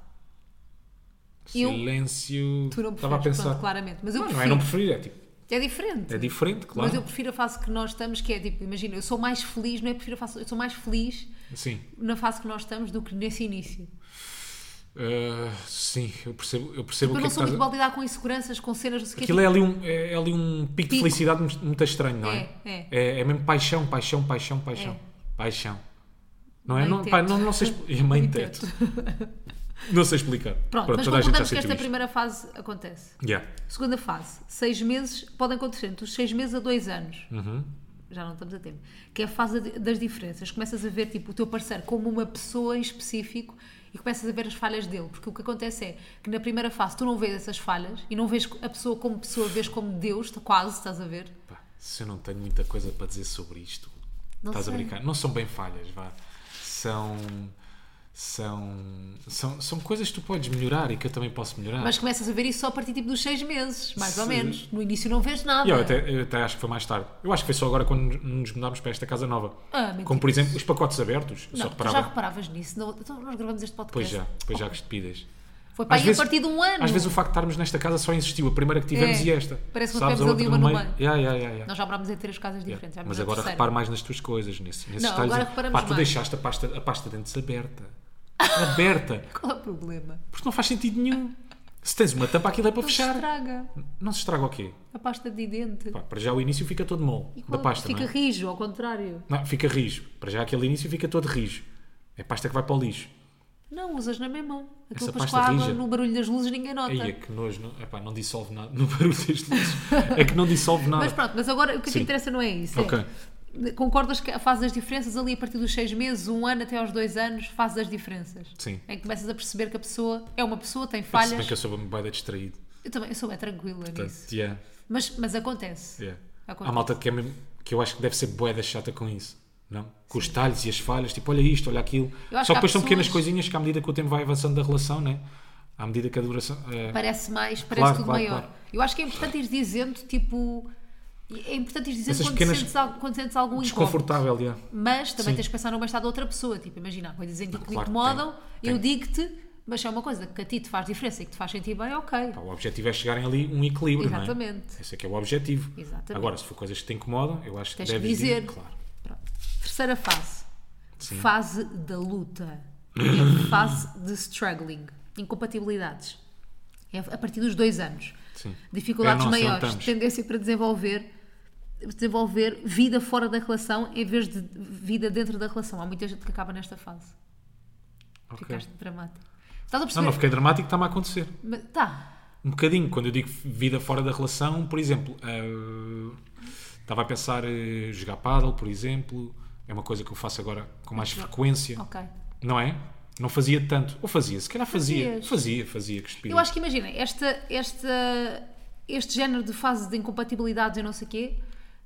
[SPEAKER 2] eu-
[SPEAKER 1] É um Silêncio.
[SPEAKER 2] Tu não
[SPEAKER 1] Estava a
[SPEAKER 2] preferes,
[SPEAKER 1] pensar.
[SPEAKER 2] pronto, claramente. Mas eu
[SPEAKER 1] não, não é
[SPEAKER 2] prefiro.
[SPEAKER 1] não preferir, é, tipo,
[SPEAKER 2] É diferente.
[SPEAKER 1] é diferente, claro.
[SPEAKER 2] Mas eu prefiro a fase que nós estamos, que é tipo, imagina, eu sou mais feliz, não é prefiro a fase, eu sou mais feliz
[SPEAKER 1] Sim.
[SPEAKER 2] na fase que nós estamos do que nesse início.
[SPEAKER 1] Ah, sim, eu percebo, eu percebo
[SPEAKER 2] Porque Tipo,
[SPEAKER 1] o
[SPEAKER 2] eu
[SPEAKER 1] que é que
[SPEAKER 2] não sou
[SPEAKER 1] estás
[SPEAKER 2] muito
[SPEAKER 1] a...
[SPEAKER 2] boa a lidar com inseguranças, com cenas, não sei o quê. tipo,
[SPEAKER 1] Aquilo é ali um, é, é ali um pico, de
[SPEAKER 2] Pico.
[SPEAKER 1] felicidade muito- muito estranho, não é?
[SPEAKER 2] É, é.
[SPEAKER 1] é mesmo paixão, paixão, paixão, paixão. Paixão. Não é?
[SPEAKER 2] Mãe
[SPEAKER 1] Não, pá,
[SPEAKER 2] teto.
[SPEAKER 1] não, não sei. expl- É mãe
[SPEAKER 2] Mãe
[SPEAKER 1] teto. Não sei explicar.
[SPEAKER 2] Pronto, mas
[SPEAKER 1] toda a gente já
[SPEAKER 2] concordamos que
[SPEAKER 1] sentiu
[SPEAKER 2] esta
[SPEAKER 1] isto.
[SPEAKER 2] primeira fase acontece.
[SPEAKER 1] Yeah.
[SPEAKER 2] Segunda fase, seis meses, podem acontecer entre os seis meses a dois anos.
[SPEAKER 1] Uhum.
[SPEAKER 2] Já não estamos a tempo. Que é a fase de- das diferenças. Começas a ver tipo, o teu parceiro como uma pessoa em específico e começas a ver as falhas dele. Porque o que acontece é que na primeira fase tu não vês essas falhas e não vês a pessoa como pessoa, vês como Deus, quase, estás a ver?
[SPEAKER 1] Pá, se eu não tenho muita coisa para dizer sobre isto,
[SPEAKER 2] Não
[SPEAKER 1] estás a
[SPEAKER 2] sei.
[SPEAKER 1] brincar. Não são bem falhas, vá. São. São, são, são coisas que tu podes melhorar e que eu também posso melhorar.
[SPEAKER 2] Mas começas a ver isso só a partir tipo, dos seis meses, mais ou
[SPEAKER 1] Ah. Sim.
[SPEAKER 2] menos. No início não vês nada.
[SPEAKER 1] E Eu até, eu até acho que foi mais tarde. Eu acho que foi só agora quando nos- nos mudámos para esta casa nova.
[SPEAKER 2] Ah, mentira.
[SPEAKER 1] Como, por exemplo, os pacotes abertos. eu
[SPEAKER 2] Não,
[SPEAKER 1] só
[SPEAKER 2] tu
[SPEAKER 1] reparava.
[SPEAKER 2] já reparavas nisso? Não, então nós gravamos este podcast.
[SPEAKER 1] Pois já, pois já que estupidas.
[SPEAKER 2] Foi para
[SPEAKER 1] Às
[SPEAKER 2] aí
[SPEAKER 1] vezes-
[SPEAKER 2] a partir de um ano.
[SPEAKER 1] Às vezes o facto de estarmos nesta casa só existiu. A primeira que tivemos
[SPEAKER 2] É.
[SPEAKER 1] e esta.
[SPEAKER 2] Parece que
[SPEAKER 1] Sabes,
[SPEAKER 2] tivemos
[SPEAKER 1] a
[SPEAKER 2] ali
[SPEAKER 1] outra
[SPEAKER 2] uma
[SPEAKER 1] no
[SPEAKER 2] no
[SPEAKER 1] meio.
[SPEAKER 2] meio.
[SPEAKER 1] Yeah, yeah, yeah, yeah.
[SPEAKER 2] Nós já morámos em três casas diferentes. já
[SPEAKER 1] Mas
[SPEAKER 2] na
[SPEAKER 1] agora
[SPEAKER 2] terceira.
[SPEAKER 1] repare mais nas tuas coisas, nesse, nesses
[SPEAKER 2] Não,
[SPEAKER 1] detalhes.
[SPEAKER 2] agora reparamos
[SPEAKER 1] Pá, tu
[SPEAKER 2] mais.
[SPEAKER 1] deixaste a pasta, a pasta de dentes aberta. aberta.
[SPEAKER 2] Qual é o problema?
[SPEAKER 1] Porque não faz sentido nenhum. Se tens uma tampa, aquilo é para
[SPEAKER 2] Não se
[SPEAKER 1] fechar.
[SPEAKER 2] estraga
[SPEAKER 1] Não se estraga o quê?
[SPEAKER 2] a pasta de dente.
[SPEAKER 1] Pá, para já o início fica todo mole
[SPEAKER 2] E
[SPEAKER 1] da
[SPEAKER 2] qual-
[SPEAKER 1] pasta,
[SPEAKER 2] Fica
[SPEAKER 1] não é?
[SPEAKER 2] rijo, ao contrário.
[SPEAKER 1] Não, fica rijo. Para já aquele início fica todo rijo. É pasta que vai para o lixo.
[SPEAKER 2] Não, usas na mesma mão. Aquilo
[SPEAKER 1] Essa
[SPEAKER 2] depois
[SPEAKER 1] pasta
[SPEAKER 2] com a água,
[SPEAKER 1] rija.
[SPEAKER 2] no barulho das luzes, ninguém nota.
[SPEAKER 1] Aí é que nojo. Não, epá, não dissolve nada. No barulho das luzes. É que não dissolve nada.
[SPEAKER 2] Mas pronto, mas agora o que te
[SPEAKER 1] Sim.
[SPEAKER 2] interessa não é isso. é-
[SPEAKER 1] Ok.
[SPEAKER 2] Concordas que a fase das diferenças, ali a partir dos seis meses, um ano até aos dois anos, fase das diferenças.
[SPEAKER 1] Sim.
[SPEAKER 2] Em que começas a perceber que a pessoa é uma pessoa, tem
[SPEAKER 1] Se bem
[SPEAKER 2] falhas.
[SPEAKER 1] que eu sou bem bué da distraído.
[SPEAKER 2] Eu também eu sou é tranquila nisso.
[SPEAKER 1] Portanto, yeah,
[SPEAKER 2] Mas, mas acontece.
[SPEAKER 1] yeah.
[SPEAKER 2] Acontece.
[SPEAKER 1] Há malta que, é mesmo, que eu acho que deve ser boeda chata com isso. Não? Com os talhos e as falhas, tipo, olha isto, olha aquilo.
[SPEAKER 2] Eu acho
[SPEAKER 1] Só que
[SPEAKER 2] que há
[SPEAKER 1] depois são pequenas
[SPEAKER 2] pessoas-
[SPEAKER 1] coisinhas que, à medida que o tempo vai avançando da relação, né? à medida que a duração. é,
[SPEAKER 2] Parece mais, parece
[SPEAKER 1] Claro,
[SPEAKER 2] tudo
[SPEAKER 1] claro,
[SPEAKER 2] maior.
[SPEAKER 1] claro.
[SPEAKER 2] Eu acho que é importante ir dizendo, tipo. É importante ir dizendo
[SPEAKER 1] Essas
[SPEAKER 2] quando,
[SPEAKER 1] pequenas-
[SPEAKER 2] sentes algo, quando sentes algum incómodo.
[SPEAKER 1] desconfortável, yeah.
[SPEAKER 2] Mas também
[SPEAKER 1] Sim.
[SPEAKER 2] tens que pensar no bem-estar da outra pessoa. Tipo, imagina, há coisas em ti que me
[SPEAKER 1] Claro,
[SPEAKER 2] incomodam,
[SPEAKER 1] tem,
[SPEAKER 2] eu
[SPEAKER 1] tem.
[SPEAKER 2] digo-te, mas se é uma coisa que a ti te faz diferença e que te faz sentir bem, ok.
[SPEAKER 1] Pá, O objetivo é chegarem ali um equilíbrio, não
[SPEAKER 2] Exatamente.
[SPEAKER 1] é? Esse é que é o objetivo.
[SPEAKER 2] Exatamente.
[SPEAKER 1] Agora, se for coisas que te incomodam, eu acho que
[SPEAKER 2] Tens que
[SPEAKER 1] deves
[SPEAKER 2] dizer.
[SPEAKER 1] Claro.
[SPEAKER 2] Pronto. Terceira fase.
[SPEAKER 1] Sim.
[SPEAKER 2] Fase da luta. É a fase de struggling. Incompatibilidades. É a partir dos dois anos.
[SPEAKER 1] Sim.
[SPEAKER 2] Dificuldades
[SPEAKER 1] É a nossa,
[SPEAKER 2] maiores.
[SPEAKER 1] onde estamos.
[SPEAKER 2] Tendência para desenvolver desenvolver vida fora da relação em vez de vida dentro da relação. Há muita gente que acaba nesta fase.
[SPEAKER 1] Ok.
[SPEAKER 2] Ficaste dramático. Estás a
[SPEAKER 1] Não,
[SPEAKER 2] perceber?
[SPEAKER 1] não fiquei dramático, está-me a acontecer.
[SPEAKER 2] Mas- tá.
[SPEAKER 1] Um bocadinho, quando eu digo vida fora da relação, por exemplo, eh, estava a pensar eh, jogar paddle, por exemplo, é uma coisa que eu faço agora com mais frequência,
[SPEAKER 2] Ok.
[SPEAKER 1] não é? Não fazia tanto, ou fazia, se calhar fazia,
[SPEAKER 2] Fazias.
[SPEAKER 1] fazia, fazia, que estupidez.
[SPEAKER 2] Eu acho que imagina, esta, esta, este género de fase de incompatibilidades e não sei o quê.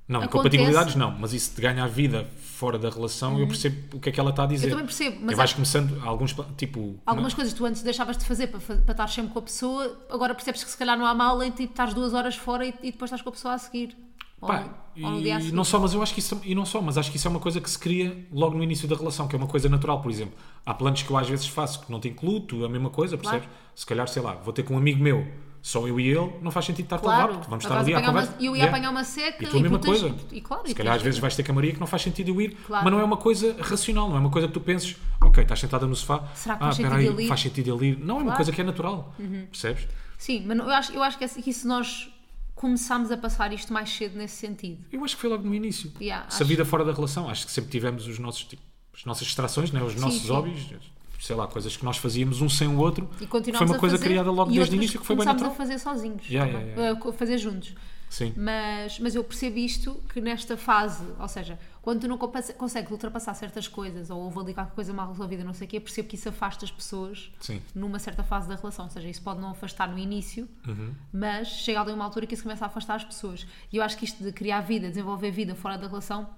[SPEAKER 1] Não,
[SPEAKER 2] acontece- Uhum.
[SPEAKER 1] incompatibilidades não, mas isso de ganhar vida fora da relação, eu percebo o que é que ela está a dizer.
[SPEAKER 2] Eu também percebo, mas é-
[SPEAKER 1] E vais começando alguns, pla- tipo,
[SPEAKER 2] Algumas coisas que tu antes deixavas de fazer para, fa- para estar sempre com a pessoa, agora percebes que se calhar não há mal em tipo, estás duas horas fora e, e depois estás com a pessoa a seguir. Ou,
[SPEAKER 1] Pá,
[SPEAKER 2] no- ou no dia assim. a
[SPEAKER 1] e
[SPEAKER 2] seguir.
[SPEAKER 1] não só, mas eu acho que isso e não só, mas acho que isso é uma coisa que se cria logo no início da relação, que é uma coisa natural, por exemplo. Há planos que eu às vezes faço que não te incluo, tu a mesma coisa,
[SPEAKER 2] Claro.
[SPEAKER 1] percebes? Se calhar, sei lá, vou ter com um amigo meu, só eu e ele, não faz sentido estar a levar,
[SPEAKER 2] Claro.
[SPEAKER 1] porque vamos estar
[SPEAKER 2] Agora
[SPEAKER 1] ali à
[SPEAKER 2] apanhar uma-
[SPEAKER 1] conversa.
[SPEAKER 2] eu ia
[SPEAKER 1] Yeah.
[SPEAKER 2] apanhar uma seca
[SPEAKER 1] E tu a mesma
[SPEAKER 2] tens-
[SPEAKER 1] coisa.
[SPEAKER 2] E claro, e
[SPEAKER 1] Se
[SPEAKER 2] tu
[SPEAKER 1] calhar às
[SPEAKER 2] tens-
[SPEAKER 1] vezes vais ter camaria que não faz sentido eu ir,
[SPEAKER 2] Claro.
[SPEAKER 1] mas não é uma coisa racional, não é uma coisa que tu penses, ok, estás sentada no sofá,
[SPEAKER 2] Será que
[SPEAKER 1] ah,
[SPEAKER 2] faz sentido
[SPEAKER 1] espera aí,
[SPEAKER 2] ele ir?"
[SPEAKER 1] faz sentido ele ir. Não, é uma
[SPEAKER 2] Claro. Uhum.
[SPEAKER 1] coisa que é natural, percebes?
[SPEAKER 2] Sim, mas não- eu acho, eu acho que, é- que isso nós começámos a passar isto mais cedo nesse sentido.
[SPEAKER 1] Eu acho que foi logo no início.
[SPEAKER 2] Yeah,
[SPEAKER 1] Se
[SPEAKER 2] acho-
[SPEAKER 1] a vida fora da relação, acho que sempre tivemos os nossos, tipo, as nossas distrações, né? os nossos
[SPEAKER 2] sim.
[SPEAKER 1] hobbies, sei lá, coisas que nós fazíamos um sem o outro.
[SPEAKER 2] E
[SPEAKER 1] foi
[SPEAKER 2] continuámos
[SPEAKER 1] uma
[SPEAKER 2] a
[SPEAKER 1] coisa
[SPEAKER 2] fazer,
[SPEAKER 1] criada logo
[SPEAKER 2] e
[SPEAKER 1] desde o
[SPEAKER 2] outras
[SPEAKER 1] início que foi bem
[SPEAKER 2] começámos
[SPEAKER 1] natural.
[SPEAKER 2] a fazer sozinhos.
[SPEAKER 1] Yeah, yeah,
[SPEAKER 2] também,
[SPEAKER 1] yeah.
[SPEAKER 2] a fazer juntos.
[SPEAKER 1] Sim.
[SPEAKER 2] Mas, mas eu percebo isto que nesta fase, ou seja, quando tu não compensa- consegues ultrapassar certas coisas ou houve ali qualquer coisa mal resolvida, não sei o quê, eu percebo que isso afasta as pessoas
[SPEAKER 1] Sim.
[SPEAKER 2] numa certa fase da relação. Ou seja, isso pode não afastar no início,
[SPEAKER 1] Uhum.
[SPEAKER 2] mas chega ali uma altura que isso começa a afastar as pessoas. E eu acho que isto de criar vida, desenvolver vida fora da relação,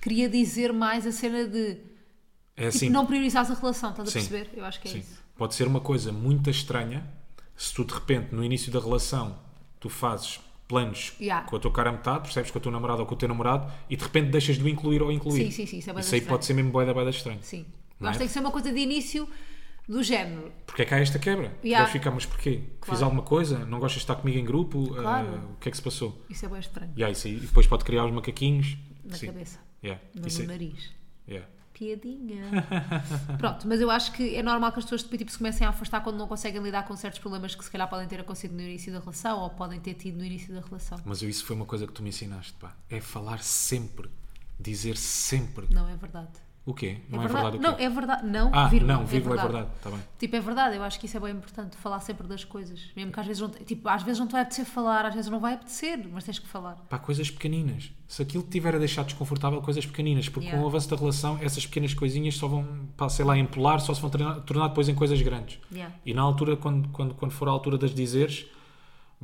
[SPEAKER 2] queria dizer mais a cena de
[SPEAKER 1] É
[SPEAKER 2] tipo,
[SPEAKER 1] assim.
[SPEAKER 2] não priorizares a relação, estás a
[SPEAKER 1] Sim.
[SPEAKER 2] perceber? Eu acho que é
[SPEAKER 1] Sim.
[SPEAKER 2] isso.
[SPEAKER 1] Pode ser uma coisa muito estranha se tu de repente no início da relação tu fazes planos
[SPEAKER 2] Yeah.
[SPEAKER 1] com a tua cara a metade, percebes com a tua namorada ou com o teu namorado e de repente deixas de o incluir ou incluir.
[SPEAKER 2] Sim, sim, sim, isso é bué da
[SPEAKER 1] Isso aí
[SPEAKER 2] estranho.
[SPEAKER 1] pode ser mesmo boeda boeda estranho.
[SPEAKER 2] Sim. Eu
[SPEAKER 1] Não
[SPEAKER 2] acho
[SPEAKER 1] é?
[SPEAKER 2] que tem que ser uma coisa de início do género.
[SPEAKER 1] Porque é que há esta quebra? Tu
[SPEAKER 2] Yeah.
[SPEAKER 1] Deves ficar, mas porquê? Fiz
[SPEAKER 2] Claro.
[SPEAKER 1] alguma coisa? Não gostas de estar comigo em grupo?
[SPEAKER 2] Claro.
[SPEAKER 1] Ah, o que é que se passou?
[SPEAKER 2] Isso é bem estranho.
[SPEAKER 1] Yeah, isso aí. E depois pode criar os macaquinhos.
[SPEAKER 2] Na
[SPEAKER 1] Sim.
[SPEAKER 2] cabeça,
[SPEAKER 1] Yeah.
[SPEAKER 2] não
[SPEAKER 1] Isso é
[SPEAKER 2] no
[SPEAKER 1] aí.
[SPEAKER 2] nariz.
[SPEAKER 1] Yeah.
[SPEAKER 2] Piadinha. Pronto, mas eu acho que é normal que as pessoas depois tipo, se comecem a afastar quando não conseguem lidar com certos problemas que se calhar podem ter acontecido no início da relação ou podem ter tido no início da relação.
[SPEAKER 1] Mas eu- isso foi uma coisa que tu me ensinaste, pá. É falar sempre. Dizer sempre.
[SPEAKER 2] Não é verdade.
[SPEAKER 1] O quê? Não é verdade, o quê?
[SPEAKER 2] Não, é verdade. Não,
[SPEAKER 1] Ah,
[SPEAKER 2] vírgula,
[SPEAKER 1] não, vírgula é verdade. Está bem.
[SPEAKER 2] Tipo, é verdade, eu acho que isso é bem importante, falar sempre das coisas. Mesmo que às vezes não, te- tipo, às vezes não te vai apetecer falar, às vezes não vai apetecer, mas tens que falar.
[SPEAKER 1] Pá, coisas pequeninas. Se aquilo te tiver a deixar desconfortável, coisas pequeninas. Porque
[SPEAKER 2] Yeah.
[SPEAKER 1] com o avanço da relação, essas pequenas coisinhas só vão, pá, sei lá, empolar, só se vão tornar, tornar depois em coisas grandes.
[SPEAKER 2] Yeah.
[SPEAKER 1] E na altura, quando, quando, quando for a altura das dizeres,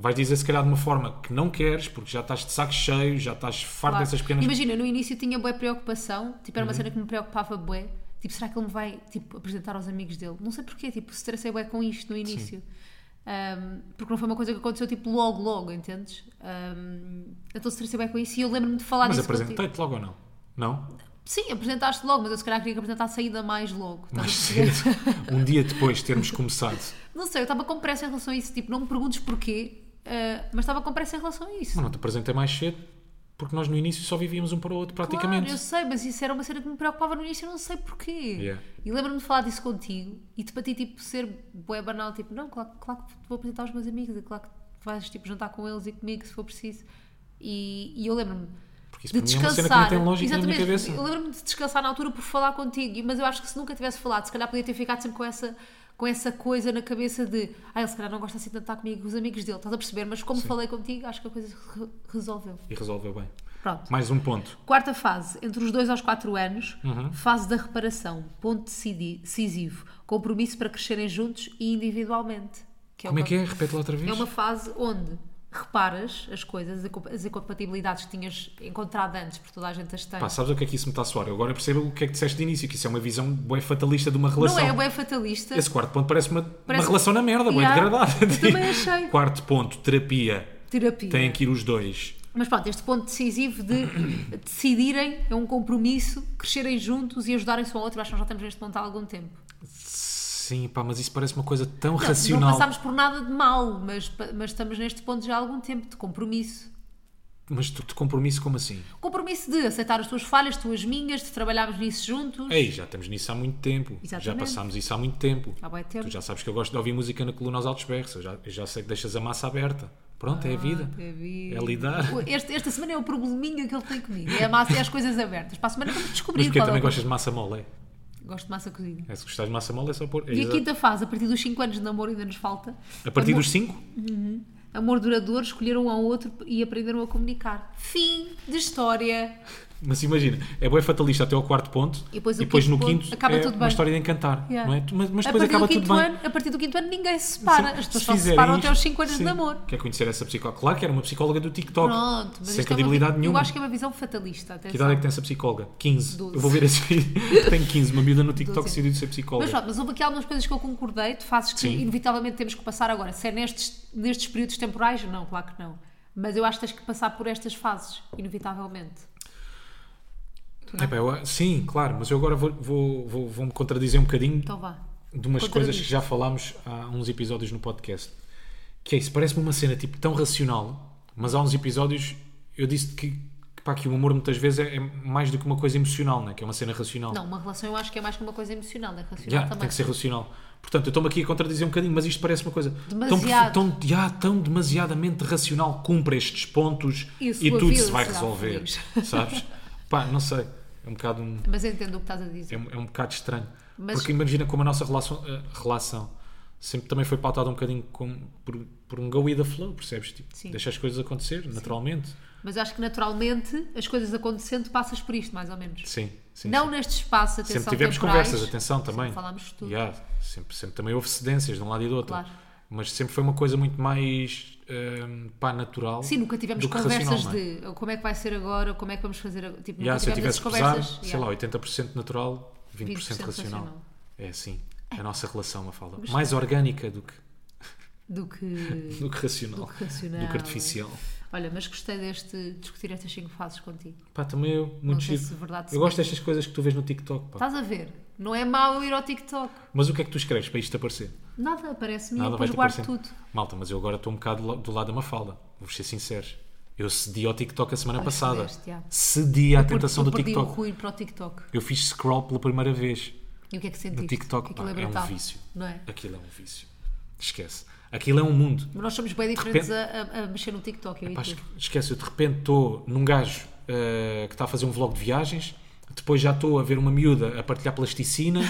[SPEAKER 1] vais dizer se calhar de uma forma que não queres, porque já estás de saco cheio, já estás farto
[SPEAKER 2] Claro.
[SPEAKER 1] dessas pequenas Uhum.
[SPEAKER 2] Imagina, no início eu tinha boa preocupação, tipo, era uma cena que me preocupava bué. Tipo, será que ele me vai tipo, apresentar aos amigos dele? Não sei porquê, tipo, se estressei bué com isto no início. Ahm, porque não foi uma coisa que aconteceu tipo logo, logo, entendes? Ahm, então se estressei bué com isso e eu lembro-me de falar
[SPEAKER 1] Mas
[SPEAKER 2] disso contigo.
[SPEAKER 1] apresentei-te logo ou não? Não?
[SPEAKER 2] Sim, apresentaste logo, mas eu se calhar queria que apresentasse ainda mais logo. estás a
[SPEAKER 1] Mas
[SPEAKER 2] perceber?
[SPEAKER 1] cedo, um dia depois de termos começado.
[SPEAKER 2] Não sei, eu estava com pressa em relação a isso, tipo, não me perguntes porquê, ah, mas estava com pressa em relação a isso.
[SPEAKER 1] Mas não te apresentei mais cedo, porque nós no início só vivíamos um para o outro praticamente.
[SPEAKER 2] Claro, eu sei, mas isso era uma cena que me preocupava no início, eu não sei porquê.
[SPEAKER 1] Yeah.
[SPEAKER 2] E lembro-me de falar disso contigo e de para ti, tipo, ser bué banal, tipo, não, claro, claro que te vou apresentar aos meus amigos e claro que vais, tipo, jantar com eles e comigo se for preciso. E, e eu lembro-me
[SPEAKER 1] Porque isso
[SPEAKER 2] de
[SPEAKER 1] para mim é uma cena
[SPEAKER 2] descansar.
[SPEAKER 1] que não tem lógica na minha
[SPEAKER 2] Exatamente,
[SPEAKER 1] cabeça.
[SPEAKER 2] Eu lembro-me de descansar na altura por falar contigo, mas eu acho que se nunca tivesse falado, se calhar podia ter ficado sempre com essa com essa coisa na cabeça de ah, ele se calhar não gosta assim tanto de estar comigo, os amigos dele, estás a perceber? Mas como falei contigo, acho que a coisa se re- resolveu.
[SPEAKER 1] E resolveu bem.
[SPEAKER 2] Pronto.
[SPEAKER 1] Mais um ponto.
[SPEAKER 2] Quarta fase, entre os 2 aos 4 anos,
[SPEAKER 1] Uhum.
[SPEAKER 2] fase da reparação, ponto decidi- decisivo, compromisso para crescerem juntos e individualmente. Que
[SPEAKER 1] Como é
[SPEAKER 2] uma-
[SPEAKER 1] que é? Repete lá outra vez.
[SPEAKER 2] É uma fase onde reparas as coisas, as incom- as incompatibilidades que tinhas encontrado antes, porque toda a gente as tem.
[SPEAKER 1] Pá, sabes o que é que isso me está a soar? Eu agora percebo o que é que disseste de início, que isso é uma visão bué fatalista de uma relação.
[SPEAKER 2] não é, é fatalista.
[SPEAKER 1] Esse quarto ponto parece uma,
[SPEAKER 2] Parece-
[SPEAKER 1] uma relação na merda, bué
[SPEAKER 2] Yeah.
[SPEAKER 1] degradada.
[SPEAKER 2] Eu também achei.
[SPEAKER 1] Quarto ponto, terapia.
[SPEAKER 2] Terapia.
[SPEAKER 1] Têm que ir os dois.
[SPEAKER 2] Mas pronto, este ponto decisivo de decidirem, é um compromisso, crescerem juntos e ajudarem-se um ao outro, eu acho que nós já estamos neste ponto há algum tempo.
[SPEAKER 1] Sim, pá, mas isso parece uma coisa tão
[SPEAKER 2] Não,
[SPEAKER 1] racional.
[SPEAKER 2] Não passámos por nada de mal, mas, mas estamos neste ponto já há algum tempo de compromisso.
[SPEAKER 1] Mas tu, de compromisso, como assim?
[SPEAKER 2] Compromisso de aceitar as tuas falhas, as tuas minhas, de trabalharmos nisso juntos.
[SPEAKER 1] Ei, já estamos nisso há muito tempo. Já
[SPEAKER 2] Exatamente.
[SPEAKER 1] passámos isso há muito tempo.
[SPEAKER 2] Há bué tempo.
[SPEAKER 1] Tu já sabes que eu gosto de ouvir música na coluna aos altos berros. Eu já, eu já sei que deixas a massa aberta. Pronto, é a vida.
[SPEAKER 2] É vida.
[SPEAKER 1] É lidar.
[SPEAKER 2] Este- esta semana é o probleminha que ele tem comigo. É a massa e as coisas abertas. Para a semana vamos descobrir
[SPEAKER 1] Mas porque
[SPEAKER 2] qual
[SPEAKER 1] também
[SPEAKER 2] é o...
[SPEAKER 1] gostas de massa mole? é?
[SPEAKER 2] Gosto de massa cozida.
[SPEAKER 1] É, se gostas de massa mole é só pôr. É
[SPEAKER 2] E a
[SPEAKER 1] exato.
[SPEAKER 2] quinta fase, a partir dos 5 anos de namoro ainda nos falta.
[SPEAKER 1] A partir
[SPEAKER 2] amor,
[SPEAKER 1] dos 5?
[SPEAKER 2] Amor duradouro, escolheram um ao outro e aprenderam a comunicar. Fim de história.
[SPEAKER 1] Mas imagina, é bem fatalista até ao quarto ponto
[SPEAKER 2] E depois o quinto
[SPEAKER 1] no
[SPEAKER 2] ponto,
[SPEAKER 1] quinto
[SPEAKER 2] acaba
[SPEAKER 1] é
[SPEAKER 2] tudo
[SPEAKER 1] uma
[SPEAKER 2] bem.
[SPEAKER 1] história de encantar.
[SPEAKER 2] Yeah.
[SPEAKER 1] Não é? Tu- Mas, mas
[SPEAKER 2] a
[SPEAKER 1] depois
[SPEAKER 2] partir
[SPEAKER 1] acaba
[SPEAKER 2] do quinto
[SPEAKER 1] tudo bem.
[SPEAKER 2] ano, a partir do quinto ano ninguém se separa.
[SPEAKER 1] Se-
[SPEAKER 2] As pessoas
[SPEAKER 1] se
[SPEAKER 2] só se
[SPEAKER 1] fizerem
[SPEAKER 2] separam
[SPEAKER 1] isto-
[SPEAKER 2] até aos 5 anos
[SPEAKER 1] sim.
[SPEAKER 2] de namoro.
[SPEAKER 1] Quer conhecer essa psicóloga? Claro que era uma psicóloga do TikTok.
[SPEAKER 2] Pronto,
[SPEAKER 1] sem
[SPEAKER 2] mas isto é uma
[SPEAKER 1] credibilidade
[SPEAKER 2] vi-
[SPEAKER 1] nenhuma.
[SPEAKER 2] Eu acho que é uma visão fatalista. Atenção.
[SPEAKER 1] Que idade é que tem essa psicóloga? 15.
[SPEAKER 2] Doze.
[SPEAKER 1] Eu vou ver esse vídeo. Tenho 15. Uma miúda no TikTok
[SPEAKER 2] Doze.
[SPEAKER 1] decidiu ser psicóloga.
[SPEAKER 2] Mas pronto, mas houve aqui algumas coisas que eu concordei, de fases que
[SPEAKER 1] Sim.
[SPEAKER 2] inevitavelmente temos que passar agora. Se é nestes, nestes períodos temporais, não, claro que não. Mas eu acho que tens que passar por estas fases, inevitavelmente. é?
[SPEAKER 1] Epá, eu- sim, claro, mas eu agora vou, vou, vou, vou me contradizer um bocadinho
[SPEAKER 2] Então vá.
[SPEAKER 1] de umas
[SPEAKER 2] Contradiz.
[SPEAKER 1] coisas que já falámos há uns episódios no podcast. Que é isso, parece-me uma cena tipo tão racional, mas há uns episódios eu disse que, que, pá, que o humor muitas vezes é, é mais do que uma coisa emocional, né? que é uma cena racional.
[SPEAKER 2] Não, uma relação eu acho que é mais que uma coisa emocional, é racional
[SPEAKER 1] Yeah,
[SPEAKER 2] também.
[SPEAKER 1] tem que ser racional. Portanto, eu estou-me aqui a contradizer um bocadinho, mas isto parece uma coisa tão profu-
[SPEAKER 2] Demasiado.
[SPEAKER 1] tão, yeah, tão demasiadamente racional. Cumpre estes pontos
[SPEAKER 2] E a
[SPEAKER 1] e,
[SPEAKER 2] sua
[SPEAKER 1] tudo
[SPEAKER 2] vida
[SPEAKER 1] se vai
[SPEAKER 2] será
[SPEAKER 1] resolver.
[SPEAKER 2] feliz.
[SPEAKER 1] Sabes? Pá, não sei. É um bocado um-
[SPEAKER 2] Mas eu entendo o que estás a dizer.
[SPEAKER 1] é um, é um bocado estranho.
[SPEAKER 2] Mas-
[SPEAKER 1] Porque imagina como a nossa relação, a relação sempre também foi pautada um bocadinho com- por, por um go with the flow, percebes? Tipo,
[SPEAKER 2] Sim.
[SPEAKER 1] deixa as coisas acontecer naturalmente.
[SPEAKER 2] Mas acho que naturalmente as coisas acontecendo passas por isto, mais ou menos.
[SPEAKER 1] Sim, sim.
[SPEAKER 2] não
[SPEAKER 1] sim.
[SPEAKER 2] neste espaço, atenção,
[SPEAKER 1] Sempre tivemos
[SPEAKER 2] temporais,
[SPEAKER 1] conversas, atenção também.
[SPEAKER 2] Sempre falámos de tudo.
[SPEAKER 1] Yeah, sempre, sempre também houve cedências de um lado e do outro.
[SPEAKER 2] Claro.
[SPEAKER 1] Mas sempre foi uma coisa muito mais hum, pá, natural.
[SPEAKER 2] Sim, nunca tivemos
[SPEAKER 1] do que
[SPEAKER 2] conversas
[SPEAKER 1] racional, não é?
[SPEAKER 2] de oh, como é que vai ser agora, como é que vamos fazer agora. Tipo,
[SPEAKER 1] Yeah,
[SPEAKER 2] nunca
[SPEAKER 1] se eu
[SPEAKER 2] tivemos
[SPEAKER 1] tivesse
[SPEAKER 2] essas
[SPEAKER 1] que pesar,
[SPEAKER 2] conversas.
[SPEAKER 1] sei lá,
[SPEAKER 2] yeah.
[SPEAKER 1] 80% natural, 20%, racional.
[SPEAKER 2] 20% racional. é.
[SPEAKER 1] É assim. A nossa relação, uma fala. Mais orgânica do que,
[SPEAKER 2] Do que.
[SPEAKER 1] do que racional.
[SPEAKER 2] do que racional. é.
[SPEAKER 1] do que artificial.
[SPEAKER 2] Olha, mas gostei deste discutir estas 5 fases contigo.
[SPEAKER 1] Pá, também eu, muito
[SPEAKER 2] sei
[SPEAKER 1] giro.
[SPEAKER 2] se verdade se Tá.
[SPEAKER 1] eu gosto
[SPEAKER 2] mete.
[SPEAKER 1] destas coisas que tu vês no TikTok, pá.
[SPEAKER 2] Estás a ver? Não é mau ir ao TikTok.
[SPEAKER 1] Mas o que é que tu escreves para isto aparecer?
[SPEAKER 2] Nada, aparece-me e eu
[SPEAKER 1] Nada vai
[SPEAKER 2] depois
[SPEAKER 1] te
[SPEAKER 2] guardo
[SPEAKER 1] aparecer.
[SPEAKER 2] tudo.
[SPEAKER 1] Malta, mas eu agora estou um bocado lo- do lado da Mafalda. Vou ser sinceros. Eu cedi ao TikTok a semana
[SPEAKER 2] Ai,
[SPEAKER 1] passada.
[SPEAKER 2] cedeste, já.
[SPEAKER 1] Cedi à tentação
[SPEAKER 2] eu
[SPEAKER 1] do
[SPEAKER 2] perdi
[SPEAKER 1] TikTok.
[SPEAKER 2] o ruim para o TikTok.
[SPEAKER 1] Eu fiz scroll pela primeira vez.
[SPEAKER 2] E o que é que sentiste?
[SPEAKER 1] No TikTok,
[SPEAKER 2] Aquilo
[SPEAKER 1] pá,
[SPEAKER 2] é
[SPEAKER 1] é,
[SPEAKER 2] brutal.
[SPEAKER 1] um vício.
[SPEAKER 2] Não é?
[SPEAKER 1] Aquilo é um vício. Esquece. Aquilo é um mundo.
[SPEAKER 2] Mas nós somos bem diferentes a, a- a mexer no TikTok. Eu
[SPEAKER 1] Pá,
[SPEAKER 2] e tu.
[SPEAKER 1] esque- esquece, eu de repente estou num gajo eh, que está a fazer um vlog de viagens, depois já estou a ver uma miúda a partilhar plasticina,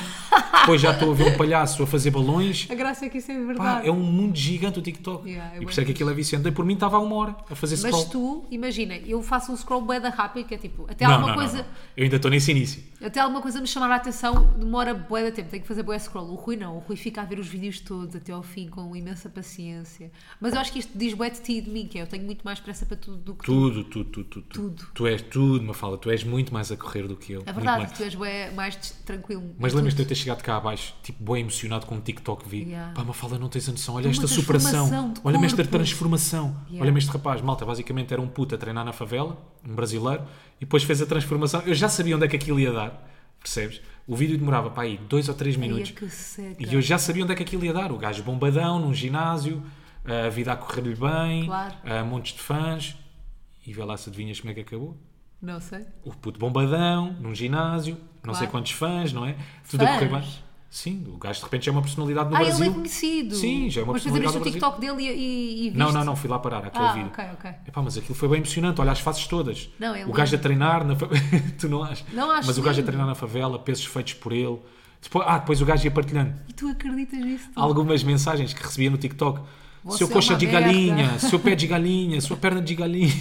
[SPEAKER 1] depois já estou a ver um palhaço a fazer balões.
[SPEAKER 2] A graça é que isso é
[SPEAKER 1] Pá,
[SPEAKER 2] verdade.
[SPEAKER 1] é um mundo gigante o TikTok. e
[SPEAKER 2] Yeah, é
[SPEAKER 1] por
[SPEAKER 2] bué
[SPEAKER 1] isso é que aquilo é viciante. E por mim estava há uma hora a fazer scroll.
[SPEAKER 2] Mas tu, imagina, eu faço um scroll bué da rápido, que é tipo, até
[SPEAKER 1] Não,
[SPEAKER 2] alguma
[SPEAKER 1] não, não,
[SPEAKER 2] coisa...
[SPEAKER 1] não. Eu ainda estou nesse início.
[SPEAKER 2] Até alguma coisa me chamar a atenção demora bué da tempo, tenho que fazer bué scroll. O Rui não, o Rui fica a ver os vídeos todos até ao fim com imensa paciência. Mas eu acho que isto diz bué de ti e de mim, que é eu tenho muito mais pressa para tudo do que tu.
[SPEAKER 1] Tudo, tudo, tudo, tudo.
[SPEAKER 2] Tudo.
[SPEAKER 1] Tu és tudo, uma fala. Tu és muito mais a correr do que eu.
[SPEAKER 2] É
[SPEAKER 1] Muito
[SPEAKER 2] verdade,
[SPEAKER 1] mais.
[SPEAKER 2] tu és bué mais des- tranquilo. em
[SPEAKER 1] Mas lembras-te de eu
[SPEAKER 2] tudo.
[SPEAKER 1] ter chegado cá abaixo, tipo, bem emocionado com o TikTok vi.
[SPEAKER 2] Yeah.
[SPEAKER 1] Pá, uma fala, não tens a noção. Olha
[SPEAKER 2] Uma
[SPEAKER 1] esta
[SPEAKER 2] transformação
[SPEAKER 1] superação.
[SPEAKER 2] de
[SPEAKER 1] Olha-me esta
[SPEAKER 2] corpo.
[SPEAKER 1] transformação.
[SPEAKER 2] Yeah.
[SPEAKER 1] Olha-me este rapaz. Malta, basicamente era um puto a treinar na favela, um brasileiro, e depois fez a transformação. Eu já sabia onde é que aquilo ia dar, percebes? O vídeo demorava, pá, aí, dois ou três minutos.
[SPEAKER 2] Ai, é que seca.
[SPEAKER 1] E eu já sabia onde é que aquilo ia dar. O gajo bombadão num ginásio, a vida a correr-lhe bem,
[SPEAKER 2] Claro.
[SPEAKER 1] a montes de fãs. E vê lá se adivinhas como é que acabou.
[SPEAKER 2] Não sei.
[SPEAKER 1] O puto bombadão num ginásio, não sei
[SPEAKER 2] Claro.
[SPEAKER 1] quantos fãs, não é? Tudo a correr
[SPEAKER 2] Fãs?
[SPEAKER 1] bem. Sim, o gajo de repente já é uma personalidade no
[SPEAKER 2] ah,
[SPEAKER 1] Brasil.
[SPEAKER 2] ele é conhecido.
[SPEAKER 1] Sim, já é uma
[SPEAKER 2] Mas fazemos
[SPEAKER 1] personalidade
[SPEAKER 2] o
[SPEAKER 1] do Brasil.
[SPEAKER 2] TikTok dele e, e, e
[SPEAKER 1] Não,
[SPEAKER 2] viste?
[SPEAKER 1] não, não, fui lá parar é aquele
[SPEAKER 2] Ah,
[SPEAKER 1] vídeo.
[SPEAKER 2] ok, ok.
[SPEAKER 1] Epá, mas aquilo foi bem emocionante, olha as faces todas.
[SPEAKER 2] Não, é
[SPEAKER 1] o gajo
[SPEAKER 2] lindo.
[SPEAKER 1] a treinar na fa- tu não achas?
[SPEAKER 2] Não acho
[SPEAKER 1] Mas o gajo a
[SPEAKER 2] lindo.
[SPEAKER 1] treinar na favela, pesos feitos por ele. Depois, ah, depois o gajo ia partilhando.
[SPEAKER 2] E tu acreditas nisso? tu?
[SPEAKER 1] algumas mensagens que recebia no TikTok.
[SPEAKER 2] Você
[SPEAKER 1] seu
[SPEAKER 2] é
[SPEAKER 1] coxa
[SPEAKER 2] uma
[SPEAKER 1] de
[SPEAKER 2] merda."
[SPEAKER 1] galinha, seu pé de galinha, sua perna de galinha,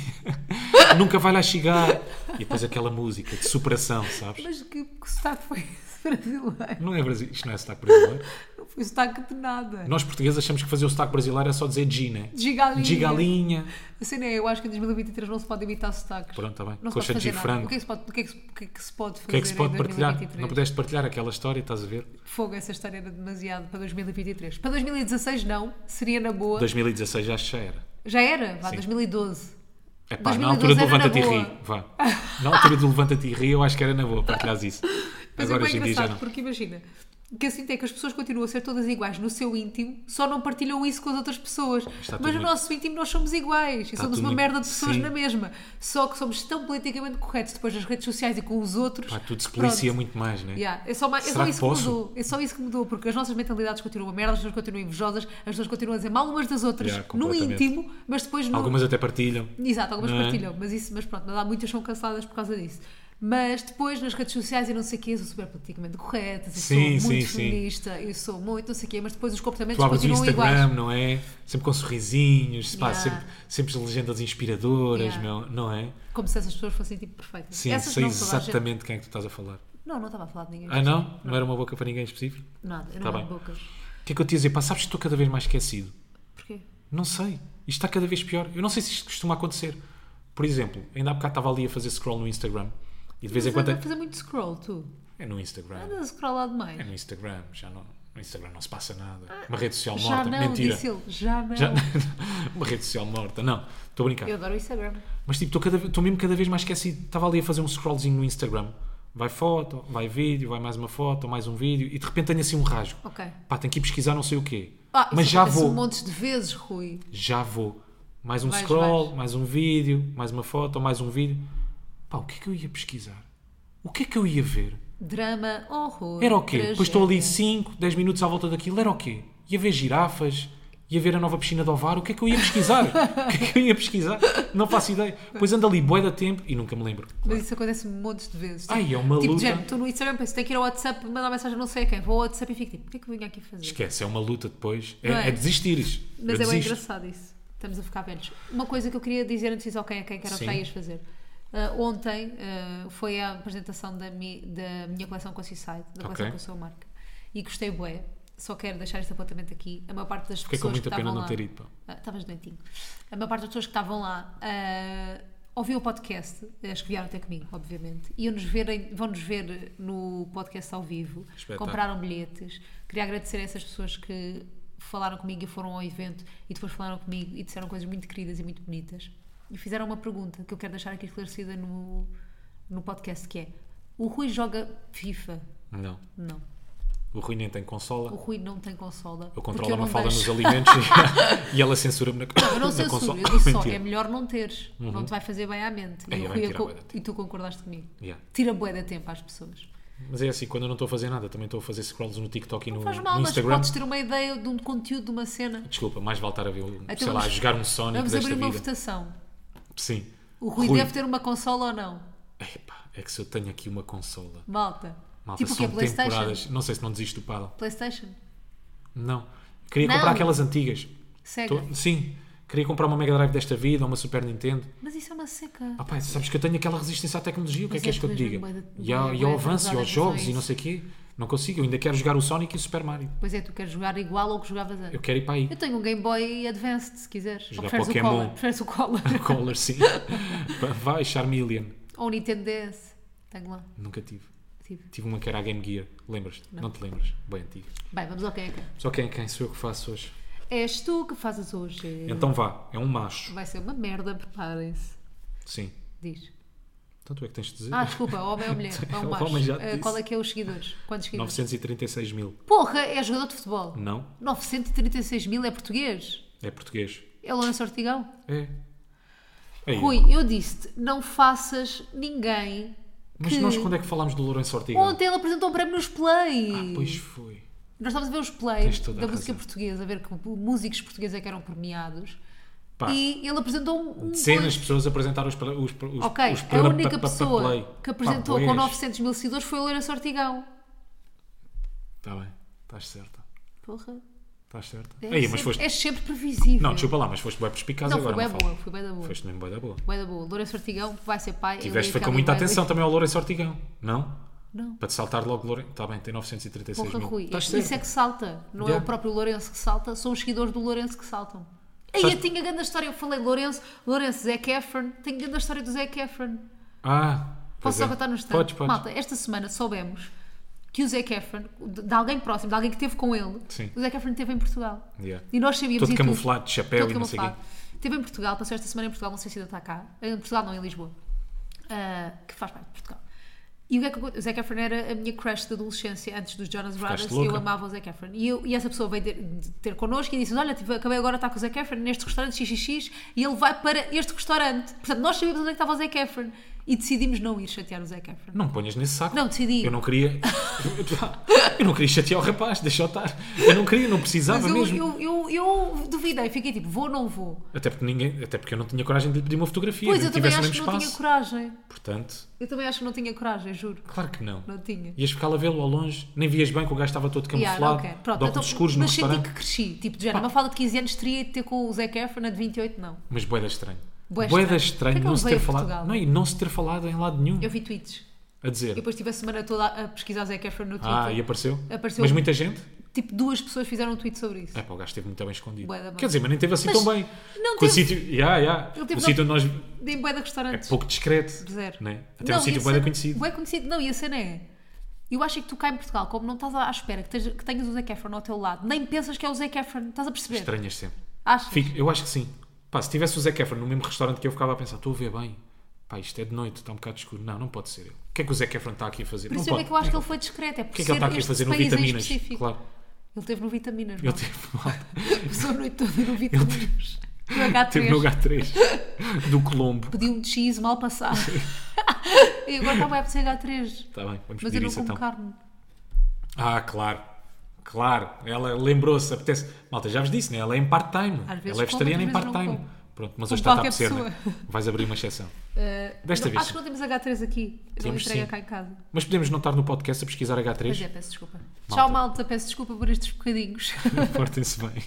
[SPEAKER 1] nunca vai lá chegar. E depois aquela música de superação, sabes?
[SPEAKER 2] Mas que, que sotaque foi esse brasileiro?
[SPEAKER 1] Não é Brasil, isto não é sotaque brasileiro.
[SPEAKER 2] Não foi sotaque de nada.
[SPEAKER 1] Nós portugueses achamos que fazer o sotaque brasileiro é só dizer G, né?
[SPEAKER 2] De galinha.
[SPEAKER 1] De galinha.
[SPEAKER 2] A cena é, eu acho que em 2023 não se pode imitar sotaques.
[SPEAKER 1] Pronto, está bem.
[SPEAKER 2] Não se
[SPEAKER 1] Coxa
[SPEAKER 2] pode
[SPEAKER 1] de
[SPEAKER 2] fazer nada.
[SPEAKER 1] frango.
[SPEAKER 2] O que é que se pode, o que é que se- o que é que se pode fazer
[SPEAKER 1] O que é que se pode
[SPEAKER 2] em
[SPEAKER 1] partilhar?
[SPEAKER 2] 2023?
[SPEAKER 1] Não pudeste partilhar aquela história, estás a ver?
[SPEAKER 2] Fogo, essa história era demasiado para 2023. Para 2016 não, seria na boa.
[SPEAKER 1] 2016 já acho que já era.
[SPEAKER 2] Já era, vá,
[SPEAKER 1] Sim.
[SPEAKER 2] 2012.
[SPEAKER 1] É pá, na
[SPEAKER 2] 2012
[SPEAKER 1] altura do
[SPEAKER 2] era na
[SPEAKER 1] Levanta-te e
[SPEAKER 2] boa.
[SPEAKER 1] ri. Vá. Na altura do Levanta-te e ri, eu acho que era na boa partilhares isso.
[SPEAKER 2] Mas
[SPEAKER 1] Agora
[SPEAKER 2] é
[SPEAKER 1] hoje
[SPEAKER 2] bem
[SPEAKER 1] em dia já
[SPEAKER 2] engraçado,
[SPEAKER 1] não.
[SPEAKER 2] porque imagina, o que eu sinto é que as pessoas continuam a ser todas iguais no seu íntimo, só não partilham isso com as outras pessoas.
[SPEAKER 1] está tudo
[SPEAKER 2] Mas no
[SPEAKER 1] muito-
[SPEAKER 2] nosso íntimo nós somos iguais e
[SPEAKER 1] Está
[SPEAKER 2] somos
[SPEAKER 1] tudo
[SPEAKER 2] uma
[SPEAKER 1] muito-
[SPEAKER 2] merda de pessoas
[SPEAKER 1] Sim.
[SPEAKER 2] na mesma. Só que somos tão politicamente corretos depois nas redes sociais e com os outros.
[SPEAKER 1] Pá, tudo se
[SPEAKER 2] Pronto.
[SPEAKER 1] policia muito mais, né?
[SPEAKER 2] Yeah, É só, mais, é
[SPEAKER 1] Será
[SPEAKER 2] só
[SPEAKER 1] que
[SPEAKER 2] isso que,
[SPEAKER 1] posso?
[SPEAKER 2] mudou. É só isso que mudou, porque as nossas mentalidades continuam a merda, as pessoas continuam invejosas, as pessoas continuam a dizer mal umas das outras
[SPEAKER 1] Yeah,
[SPEAKER 2] no
[SPEAKER 1] completamente.
[SPEAKER 2] íntimo, mas depois no.
[SPEAKER 1] Algumas até partilham.
[SPEAKER 2] Exato, algumas
[SPEAKER 1] Não é?
[SPEAKER 2] partilham, mas, isso, mas pronto, mas há muitas que são canceladas por causa disso. Mas depois nas redes sociais e não sei o quê, eu sou super politicamente correta, eu
[SPEAKER 1] Sim,
[SPEAKER 2] sou
[SPEAKER 1] sim,
[SPEAKER 2] muito
[SPEAKER 1] sim.
[SPEAKER 2] feminista, eu sou muito não sei o quê, mas depois os comportamentos
[SPEAKER 1] Tu abres o
[SPEAKER 2] continuam
[SPEAKER 1] Instagram,
[SPEAKER 2] iguais.
[SPEAKER 1] não é? Sempre com sorrisinhos, pá,
[SPEAKER 2] Yeah.
[SPEAKER 1] sempre, sempre as legendas inspiradoras,
[SPEAKER 2] Yeah.
[SPEAKER 1] meu, não é?
[SPEAKER 2] Como se essas pessoas fossem tipo perfeitas.
[SPEAKER 1] Sim,
[SPEAKER 2] essas
[SPEAKER 1] sei
[SPEAKER 2] não, toda a gente-
[SPEAKER 1] exatamente quem é que tu estás a falar.
[SPEAKER 2] Não, não estava a falar de ninguém.
[SPEAKER 1] Ah, não? Não era uma boca para ninguém em específico?
[SPEAKER 2] Nada, eu
[SPEAKER 1] Tá
[SPEAKER 2] não tá
[SPEAKER 1] bem.
[SPEAKER 2] bocas.
[SPEAKER 1] O que é que eu te ia dizer? Pá, sabes que estou cada vez mais esquecido?
[SPEAKER 2] Porquê?
[SPEAKER 1] Não sei. Isto está cada vez pior. Eu não sei se isto costuma acontecer. Por exemplo, ainda há bocado estava ali a fazer scroll no Instagram e de vez
[SPEAKER 2] Mas
[SPEAKER 1] em quando.
[SPEAKER 2] anda a fazer muito scroll, tu.
[SPEAKER 1] É no Instagram.
[SPEAKER 2] Anda a scrollar demais.
[SPEAKER 1] É no Instagram. Já não. No Instagram não se passa nada. Uma rede social
[SPEAKER 2] Já
[SPEAKER 1] morta.
[SPEAKER 2] não,
[SPEAKER 1] Mentira.
[SPEAKER 2] disse ele. Já não.
[SPEAKER 1] Já- Uma rede social morta. Não. Estou a brincar.
[SPEAKER 2] Eu adoro é o Instagram.
[SPEAKER 1] Mas tipo, estou cada ve- estou mesmo cada vez mais esquecido. Estava ali a fazer um scrollzinho no Instagram. Vai foto, vai vídeo, vai mais uma foto, mais um vídeo. E de repente tenho assim um rasgo.
[SPEAKER 2] Ok.
[SPEAKER 1] Pá, tenho que ir pesquisar não sei o quê.
[SPEAKER 2] Ah, isso
[SPEAKER 1] Mas já
[SPEAKER 2] acontece
[SPEAKER 1] vou.
[SPEAKER 2] montes de vezes, Rui.
[SPEAKER 1] já vou. Mais um
[SPEAKER 2] Vais,
[SPEAKER 1] scroll,
[SPEAKER 2] vais.
[SPEAKER 1] mais um vídeo, mais uma foto, mais um vídeo. Pá, o que é que eu ia pesquisar? O que é que eu ia ver?
[SPEAKER 2] Drama, horror.
[SPEAKER 1] Era o quê? Depois estou ali
[SPEAKER 2] tragédia.
[SPEAKER 1] 5, 10 minutos à volta daquilo, era o quê? Ia ver girafas? Ia ver a nova piscina de Ovar? O que é que eu ia pesquisar? o que é que eu ia pesquisar? Não faço ideia. Pois ando ali bué da tempo e nunca me lembro.
[SPEAKER 2] Mas isso acontece montes de vezes.
[SPEAKER 1] Ai, é uma
[SPEAKER 2] tipo,
[SPEAKER 1] luta.
[SPEAKER 2] Tipo, estou no Instagram, penso, tenho que ir ao WhatsApp, mandar uma mensagem não sei a quem. Vou ao WhatsApp e fico tipo, o que é que eu vim aqui fazer?
[SPEAKER 1] Esquece, é uma luta depois. É,
[SPEAKER 2] Não é?
[SPEAKER 1] é desistires.
[SPEAKER 2] Mas
[SPEAKER 1] Eu
[SPEAKER 2] é bem
[SPEAKER 1] desisto.
[SPEAKER 2] engraçado isso. Estamos a ficar velhos. Uma coisa que eu queria dizer antes disso ao quem, a quem que era o que
[SPEAKER 1] Sim.
[SPEAKER 2] já ias fazer. Ah, ontem ah, foi a apresentação da, mi- da minha coleção com a Seaside, da coleção
[SPEAKER 1] Ok.
[SPEAKER 2] com a sua marca. E gostei bué. Só quero deixar este apontamento aqui. A maior parte das
[SPEAKER 1] Fiquei é com
[SPEAKER 2] pessoas
[SPEAKER 1] muita
[SPEAKER 2] que
[SPEAKER 1] pena
[SPEAKER 2] estavam
[SPEAKER 1] não
[SPEAKER 2] lá-
[SPEAKER 1] ter ido. pá.
[SPEAKER 2] ah, Estavas doentinho. A maior parte das pessoas que estavam lá ah, ouviu o podcast, as que vieram até comigo, obviamente, e nos verem, vão-nos ver no podcast ao vivo,
[SPEAKER 1] Espetáculo.
[SPEAKER 2] compraram bilhetes. Queria agradecer a essas pessoas que falaram comigo e foram ao evento e depois falaram comigo e disseram coisas muito queridas e muito bonitas. E fizeram uma pergunta que eu quero deixar aqui esclarecida no, no podcast, que é o Rui joga FIFA?
[SPEAKER 1] Não.
[SPEAKER 2] Não.
[SPEAKER 1] O Rui nem tem consola.
[SPEAKER 2] O Rui não tem consola.
[SPEAKER 1] Eu
[SPEAKER 2] porque
[SPEAKER 1] controlo
[SPEAKER 2] eu
[SPEAKER 1] a
[SPEAKER 2] não
[SPEAKER 1] Mafalda
[SPEAKER 2] deixo.
[SPEAKER 1] nos alimentos e, e ela censura-me na,
[SPEAKER 2] Eu
[SPEAKER 1] na
[SPEAKER 2] não censuro,
[SPEAKER 1] consola.
[SPEAKER 2] eu disse só, é
[SPEAKER 1] Mentira.
[SPEAKER 2] melhor não teres, não te vai fazer bem à mente.
[SPEAKER 1] É,
[SPEAKER 2] E, o
[SPEAKER 1] vai
[SPEAKER 2] Rui
[SPEAKER 1] tirar
[SPEAKER 2] acon-
[SPEAKER 1] bué de tempo.
[SPEAKER 2] e tu concordaste comigo.
[SPEAKER 1] Yeah.
[SPEAKER 2] Tira bué de tempo às pessoas.
[SPEAKER 1] Mas é assim, quando eu não estou a fazer nada, também estou a fazer scrolls no TikTok e no,
[SPEAKER 2] Faz mal,
[SPEAKER 1] no
[SPEAKER 2] mas
[SPEAKER 1] Instagram.
[SPEAKER 2] podes ter uma ideia de um conteúdo de uma cena.
[SPEAKER 1] Desculpa, mais vale estar a ver, um,
[SPEAKER 2] Então
[SPEAKER 1] sei lá, a
[SPEAKER 2] vamos-
[SPEAKER 1] jogar um Sonic
[SPEAKER 2] Vamos
[SPEAKER 1] desta
[SPEAKER 2] abrir uma
[SPEAKER 1] vida.
[SPEAKER 2] votação.
[SPEAKER 1] Sim.
[SPEAKER 2] O Rui, deve ter uma consola ou não?
[SPEAKER 1] Epá, é que se eu tenho aqui uma consola.
[SPEAKER 2] Malta.
[SPEAKER 1] Malta,
[SPEAKER 2] tipo o que é
[SPEAKER 1] são
[SPEAKER 2] Playstation?
[SPEAKER 1] temporadas. Não sei se não desisto do paddle.
[SPEAKER 2] Playstation?
[SPEAKER 1] Não. Queria
[SPEAKER 2] Não. É
[SPEAKER 1] comprar aquelas antigas.
[SPEAKER 2] Sega.
[SPEAKER 1] Tô- Sim. Queria comprar uma Mega Drive desta vida, ou uma Super Nintendo.
[SPEAKER 2] Mas isso é uma seca.
[SPEAKER 1] Ah pá, sabes que eu tenho aquela resistência à tecnologia, o que é
[SPEAKER 2] Mas
[SPEAKER 1] que
[SPEAKER 2] é
[SPEAKER 1] és que eu te
[SPEAKER 2] mesmo
[SPEAKER 1] diga?
[SPEAKER 2] bué de-
[SPEAKER 1] E ao,
[SPEAKER 2] bué
[SPEAKER 1] e ao avanço, e
[SPEAKER 2] de atrasado
[SPEAKER 1] aos
[SPEAKER 2] em relação
[SPEAKER 1] jogos,
[SPEAKER 2] a
[SPEAKER 1] e não
[SPEAKER 2] isso.
[SPEAKER 1] sei o quê. Não consigo, eu ainda quero jogar o Sonic e o Super Mario.
[SPEAKER 2] Pois é, tu queres jogar igual ao que jogavas antes.
[SPEAKER 1] Eu quero ir para aí.
[SPEAKER 2] Eu tenho um Game Boy Advanced, se quiseres.
[SPEAKER 1] Jogar
[SPEAKER 2] Ou preferes
[SPEAKER 1] Pokémon.
[SPEAKER 2] o Color? Preferes o Color?
[SPEAKER 1] Collar, sim. Vai, Charmeleon.
[SPEAKER 2] ou o Nintendo DS? Tenho lá.
[SPEAKER 1] Nunca tive.
[SPEAKER 2] Tive.
[SPEAKER 1] Tive uma que era a Game Gear. Lembras-te? Não. te lembras? Bem antiga.
[SPEAKER 2] Bem, vamos ao que é que é.
[SPEAKER 1] Só quem, quem sou eu que faço hoje?
[SPEAKER 2] És tu que fazes hoje.
[SPEAKER 1] Então vá, é um macho.
[SPEAKER 2] Vai ser uma merda, preparem-se.
[SPEAKER 1] Sim.
[SPEAKER 2] Diz.
[SPEAKER 1] Então tu é que tens de dizer.
[SPEAKER 2] Ah, desculpa, homem ou mulher? É um
[SPEAKER 1] O
[SPEAKER 2] macho.
[SPEAKER 1] homem já te
[SPEAKER 2] Eh,
[SPEAKER 1] disse.
[SPEAKER 2] qual é que é os seguidores? Quantos seguidores?
[SPEAKER 1] 936 mil.
[SPEAKER 2] Porra, é jogador de futebol.
[SPEAKER 1] Não,
[SPEAKER 2] 936 mil é português.
[SPEAKER 1] é português.
[SPEAKER 2] É Lourenço Ortigão.
[SPEAKER 1] É. Aí.
[SPEAKER 2] Rui, eu disse-te, não faças ninguém.
[SPEAKER 1] Mas
[SPEAKER 2] que-
[SPEAKER 1] nós quando é que falámos do Lourenço Ortiga?
[SPEAKER 2] Ontem ele apresentou um prémio nos Play.
[SPEAKER 1] Ah, Pois foi.
[SPEAKER 2] Nós estávamos a ver os
[SPEAKER 1] Tens
[SPEAKER 2] plays
[SPEAKER 1] toda a
[SPEAKER 2] da música
[SPEAKER 1] razão.
[SPEAKER 2] portuguesa, a ver que músicos portugueses é que eram premiados.
[SPEAKER 1] Pá.
[SPEAKER 2] E ele apresentou um. um
[SPEAKER 1] Dezenas de pessoas apresentaram os... pra- os, pra- os
[SPEAKER 2] Ok,
[SPEAKER 1] os
[SPEAKER 2] a
[SPEAKER 1] pra-
[SPEAKER 2] única
[SPEAKER 1] pra- pra-
[SPEAKER 2] pessoa
[SPEAKER 1] play.
[SPEAKER 2] que apresentou
[SPEAKER 1] Pá,
[SPEAKER 2] com
[SPEAKER 1] pois.
[SPEAKER 2] 900 mil seguidores foi a Loira Sortigão.
[SPEAKER 1] Está Tá bem, estás certa.
[SPEAKER 2] Porra.
[SPEAKER 1] Estás certa.
[SPEAKER 2] É
[SPEAKER 1] Aí, mas
[SPEAKER 2] sempre,
[SPEAKER 1] foste...
[SPEAKER 2] é sempre previsível.
[SPEAKER 1] Não, desculpa lá, mas foste bem perspicaz
[SPEAKER 2] Não, fui
[SPEAKER 1] agora.
[SPEAKER 2] bem
[SPEAKER 1] Mafalda.
[SPEAKER 2] boa, fui bem da boa.
[SPEAKER 1] Foste mesmo bem da boa.
[SPEAKER 2] Bem da boa. Lourenço Ortigão vai ser pai.
[SPEAKER 1] Tiveste
[SPEAKER 2] Ele
[SPEAKER 1] foi
[SPEAKER 2] e a
[SPEAKER 1] com
[SPEAKER 2] Carmen
[SPEAKER 1] muita
[SPEAKER 2] vai-
[SPEAKER 1] atenção também ao Lourenço Ortigão, não?
[SPEAKER 2] Não.
[SPEAKER 1] Para te saltar logo Lourenço. Está bem, tem 936
[SPEAKER 2] Porra,
[SPEAKER 1] mil.
[SPEAKER 2] Rui.
[SPEAKER 1] Estás
[SPEAKER 2] Isso
[SPEAKER 1] certa.
[SPEAKER 2] é que salta. Não é
[SPEAKER 1] Yeah.
[SPEAKER 2] o próprio Lourenço que salta, são os seguidores do Lourenço que saltam. Aí
[SPEAKER 1] Sabes-
[SPEAKER 2] eu tinha grande história. Eu falei Lourenço, Lourenço, Zac Efron. Tenho grande história do Zac Efron.
[SPEAKER 1] Ah, pois
[SPEAKER 2] Posso só
[SPEAKER 1] é.
[SPEAKER 2] contar no instante?
[SPEAKER 1] Podes, podes.
[SPEAKER 2] Malta, esta semana soubemos que o Zac Efron, de de alguém próximo, de alguém que teve com ele,
[SPEAKER 1] Sim.
[SPEAKER 2] o Zac Efron esteve em Portugal.
[SPEAKER 1] Yeah.
[SPEAKER 2] E nós sabíamos
[SPEAKER 1] Todo
[SPEAKER 2] e tudo.
[SPEAKER 1] camuflado, de chapéu
[SPEAKER 2] Todo
[SPEAKER 1] e não sei o quê.
[SPEAKER 2] camuflado. Esteve em Portugal, passou esta semana em Portugal, não sei se ainda está cá. Em Portugal não, em Lisboa. Ah, que faz parte de Portugal. E o, que é que aconteceu? o Zac Efron era a minha crush da adolescência, antes dos Jonas Brothers,
[SPEAKER 1] louca?
[SPEAKER 2] eu amava o Zac Efron. E, eu- e essa pessoa veio ter, de- ter connosco e disse olha, tive- acabei agora de estar com o Zac Efron neste restaurante XXX e ele vai para este restaurante. Portanto, nós sabíamos onde é que estava o Zac Efron e decidimos não ir chatear o Zac Efron.
[SPEAKER 1] Não me ponhas nesse saco.
[SPEAKER 2] Não, decidi.
[SPEAKER 1] Eu não queria. eu não queria chatear o rapaz, deixa eu estar. Eu não queria, não precisava
[SPEAKER 2] Mas eu,
[SPEAKER 1] mesmo.
[SPEAKER 2] eu, eu, eu duvidei, fiquei tipo, vou ou não vou?
[SPEAKER 1] Até, porque ninguém... Até porque eu não tinha coragem de lhe pedir uma fotografia.
[SPEAKER 2] Pois,
[SPEAKER 1] nem
[SPEAKER 2] eu também
[SPEAKER 1] tivesse o
[SPEAKER 2] acho que
[SPEAKER 1] mesmo
[SPEAKER 2] não tinha
[SPEAKER 1] espaço.
[SPEAKER 2] coragem.
[SPEAKER 1] Portanto,
[SPEAKER 2] Eu também acho que não tinha coragem, juro.
[SPEAKER 1] claro que não.
[SPEAKER 2] Não tinha.
[SPEAKER 1] Ias ficar a vê-lo ao longe, nem vias bem que o gajo estava todo
[SPEAKER 2] Yeah, não
[SPEAKER 1] camuflado,
[SPEAKER 2] quero.
[SPEAKER 1] de óculos
[SPEAKER 2] então,
[SPEAKER 1] escuros no
[SPEAKER 2] mas senti
[SPEAKER 1] restaurante.
[SPEAKER 2] que cresci. Tipo, de género, uma fala de 15 anos teria de ter com o Zac Efron, a de 28 não.
[SPEAKER 1] Mas boeda estranho.
[SPEAKER 2] Bué
[SPEAKER 1] Boeda
[SPEAKER 2] estranho.
[SPEAKER 1] estranho,
[SPEAKER 2] Porquê que ele
[SPEAKER 1] não se
[SPEAKER 2] veio
[SPEAKER 1] ter
[SPEAKER 2] a
[SPEAKER 1] falado.
[SPEAKER 2] Portugal?
[SPEAKER 1] Não, e não se ter falado em lado nenhum.
[SPEAKER 2] Eu vi tweets.
[SPEAKER 1] A
[SPEAKER 2] E
[SPEAKER 1] dizer.
[SPEAKER 2] depois tive a semana toda a pesquisar o Zac Efron no Twitter.
[SPEAKER 1] Ah, e apareceu?
[SPEAKER 2] então. Apareceu.
[SPEAKER 1] Mas muita gente?
[SPEAKER 2] Tipo, duas pessoas fizeram um tweet sobre isso.
[SPEAKER 1] É pá, o gajo esteve muito bem escondido.
[SPEAKER 2] Bué da bem.
[SPEAKER 1] Quer dizer, mas nem teve assim
[SPEAKER 2] Mas
[SPEAKER 1] tão bem.
[SPEAKER 2] não
[SPEAKER 1] Com o
[SPEAKER 2] teve-
[SPEAKER 1] sítio. Yeah, yeah.
[SPEAKER 2] Ele teve
[SPEAKER 1] O sítio onde nós.
[SPEAKER 2] Dei bué de
[SPEAKER 1] É
[SPEAKER 2] restaurantes.
[SPEAKER 1] pouco discreto.
[SPEAKER 2] Zero.
[SPEAKER 1] Né? Até um
[SPEAKER 2] e
[SPEAKER 1] sítio
[SPEAKER 2] a
[SPEAKER 1] bué da
[SPEAKER 2] cena-
[SPEAKER 1] conhecido.
[SPEAKER 2] Bué conhecido. Não, e a cena é... Eu acho que tu cá em Portugal, como não estás à espera que, esteja- que tenhas o Zac Efron ao teu lado, nem pensas que é o Zac Efron. Estás a perceber?
[SPEAKER 1] Estranhas sempre.
[SPEAKER 2] Achas?
[SPEAKER 1] Fico- eu acho que sim. Pá, se tivesse o Zac Efron no mesmo restaurante que eu ficava a pensar, estou a ver bem. Pá, isto é de noite, está um bocado escuro. Não, não pode ser ele. O que é que o Zac Efron está aqui a fazer?
[SPEAKER 2] Por
[SPEAKER 1] não
[SPEAKER 2] isso é
[SPEAKER 1] pode.
[SPEAKER 2] que eu acho que ele foi discreto. É por
[SPEAKER 1] O que é que ele está aqui a fazer no Vitaminas?
[SPEAKER 2] Claro.
[SPEAKER 1] Claro.
[SPEAKER 2] Ele teve no vitaminas,
[SPEAKER 1] Eu
[SPEAKER 2] não?
[SPEAKER 1] tive malta.
[SPEAKER 2] Passou a noite toda no vitaminas. No H3.
[SPEAKER 1] Teve no H3 do Colombo.
[SPEAKER 2] Pediu um cheese mal passado. e agora está bem a ser H3.
[SPEAKER 1] Está bem, vamos
[SPEAKER 2] Mas eu
[SPEAKER 1] pedir
[SPEAKER 2] não
[SPEAKER 1] isso
[SPEAKER 2] como
[SPEAKER 1] então.
[SPEAKER 2] carne.
[SPEAKER 1] Ah, claro. Claro. Ela lembrou-se, apetece. Malta, já vos disse, né? Ela é em part-time.
[SPEAKER 2] Às vezes
[SPEAKER 1] Ela é
[SPEAKER 2] como,
[SPEAKER 1] vegetariana em
[SPEAKER 2] outras vezes não
[SPEAKER 1] part-time.
[SPEAKER 2] como.
[SPEAKER 1] Pronto, mas
[SPEAKER 2] Como
[SPEAKER 1] hoje está a
[SPEAKER 2] qualquer
[SPEAKER 1] apetecer,
[SPEAKER 2] pessoa.
[SPEAKER 1] né? Vais abrir uma exceção.
[SPEAKER 2] Uh,
[SPEAKER 1] Desta
[SPEAKER 2] não-
[SPEAKER 1] vez.
[SPEAKER 2] Acho que não temos H3 aqui. Eu não
[SPEAKER 1] Temos,
[SPEAKER 2] entrega
[SPEAKER 1] sim.
[SPEAKER 2] cá em casa.
[SPEAKER 1] Mas podemos não estar no podcast a pesquisar
[SPEAKER 2] Pois
[SPEAKER 1] H3?
[SPEAKER 2] é, peço desculpa. Tchau, malta. Peço desculpa por estes bocadinhos.
[SPEAKER 1] Portem-se bem.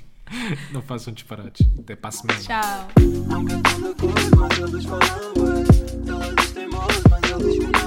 [SPEAKER 1] Não façam disparates. Até para a semana.
[SPEAKER 2] Tchau.
[SPEAKER 3] Não cantando cor, mas eles falam bué. Ela diz teimoso, mas ele diz que não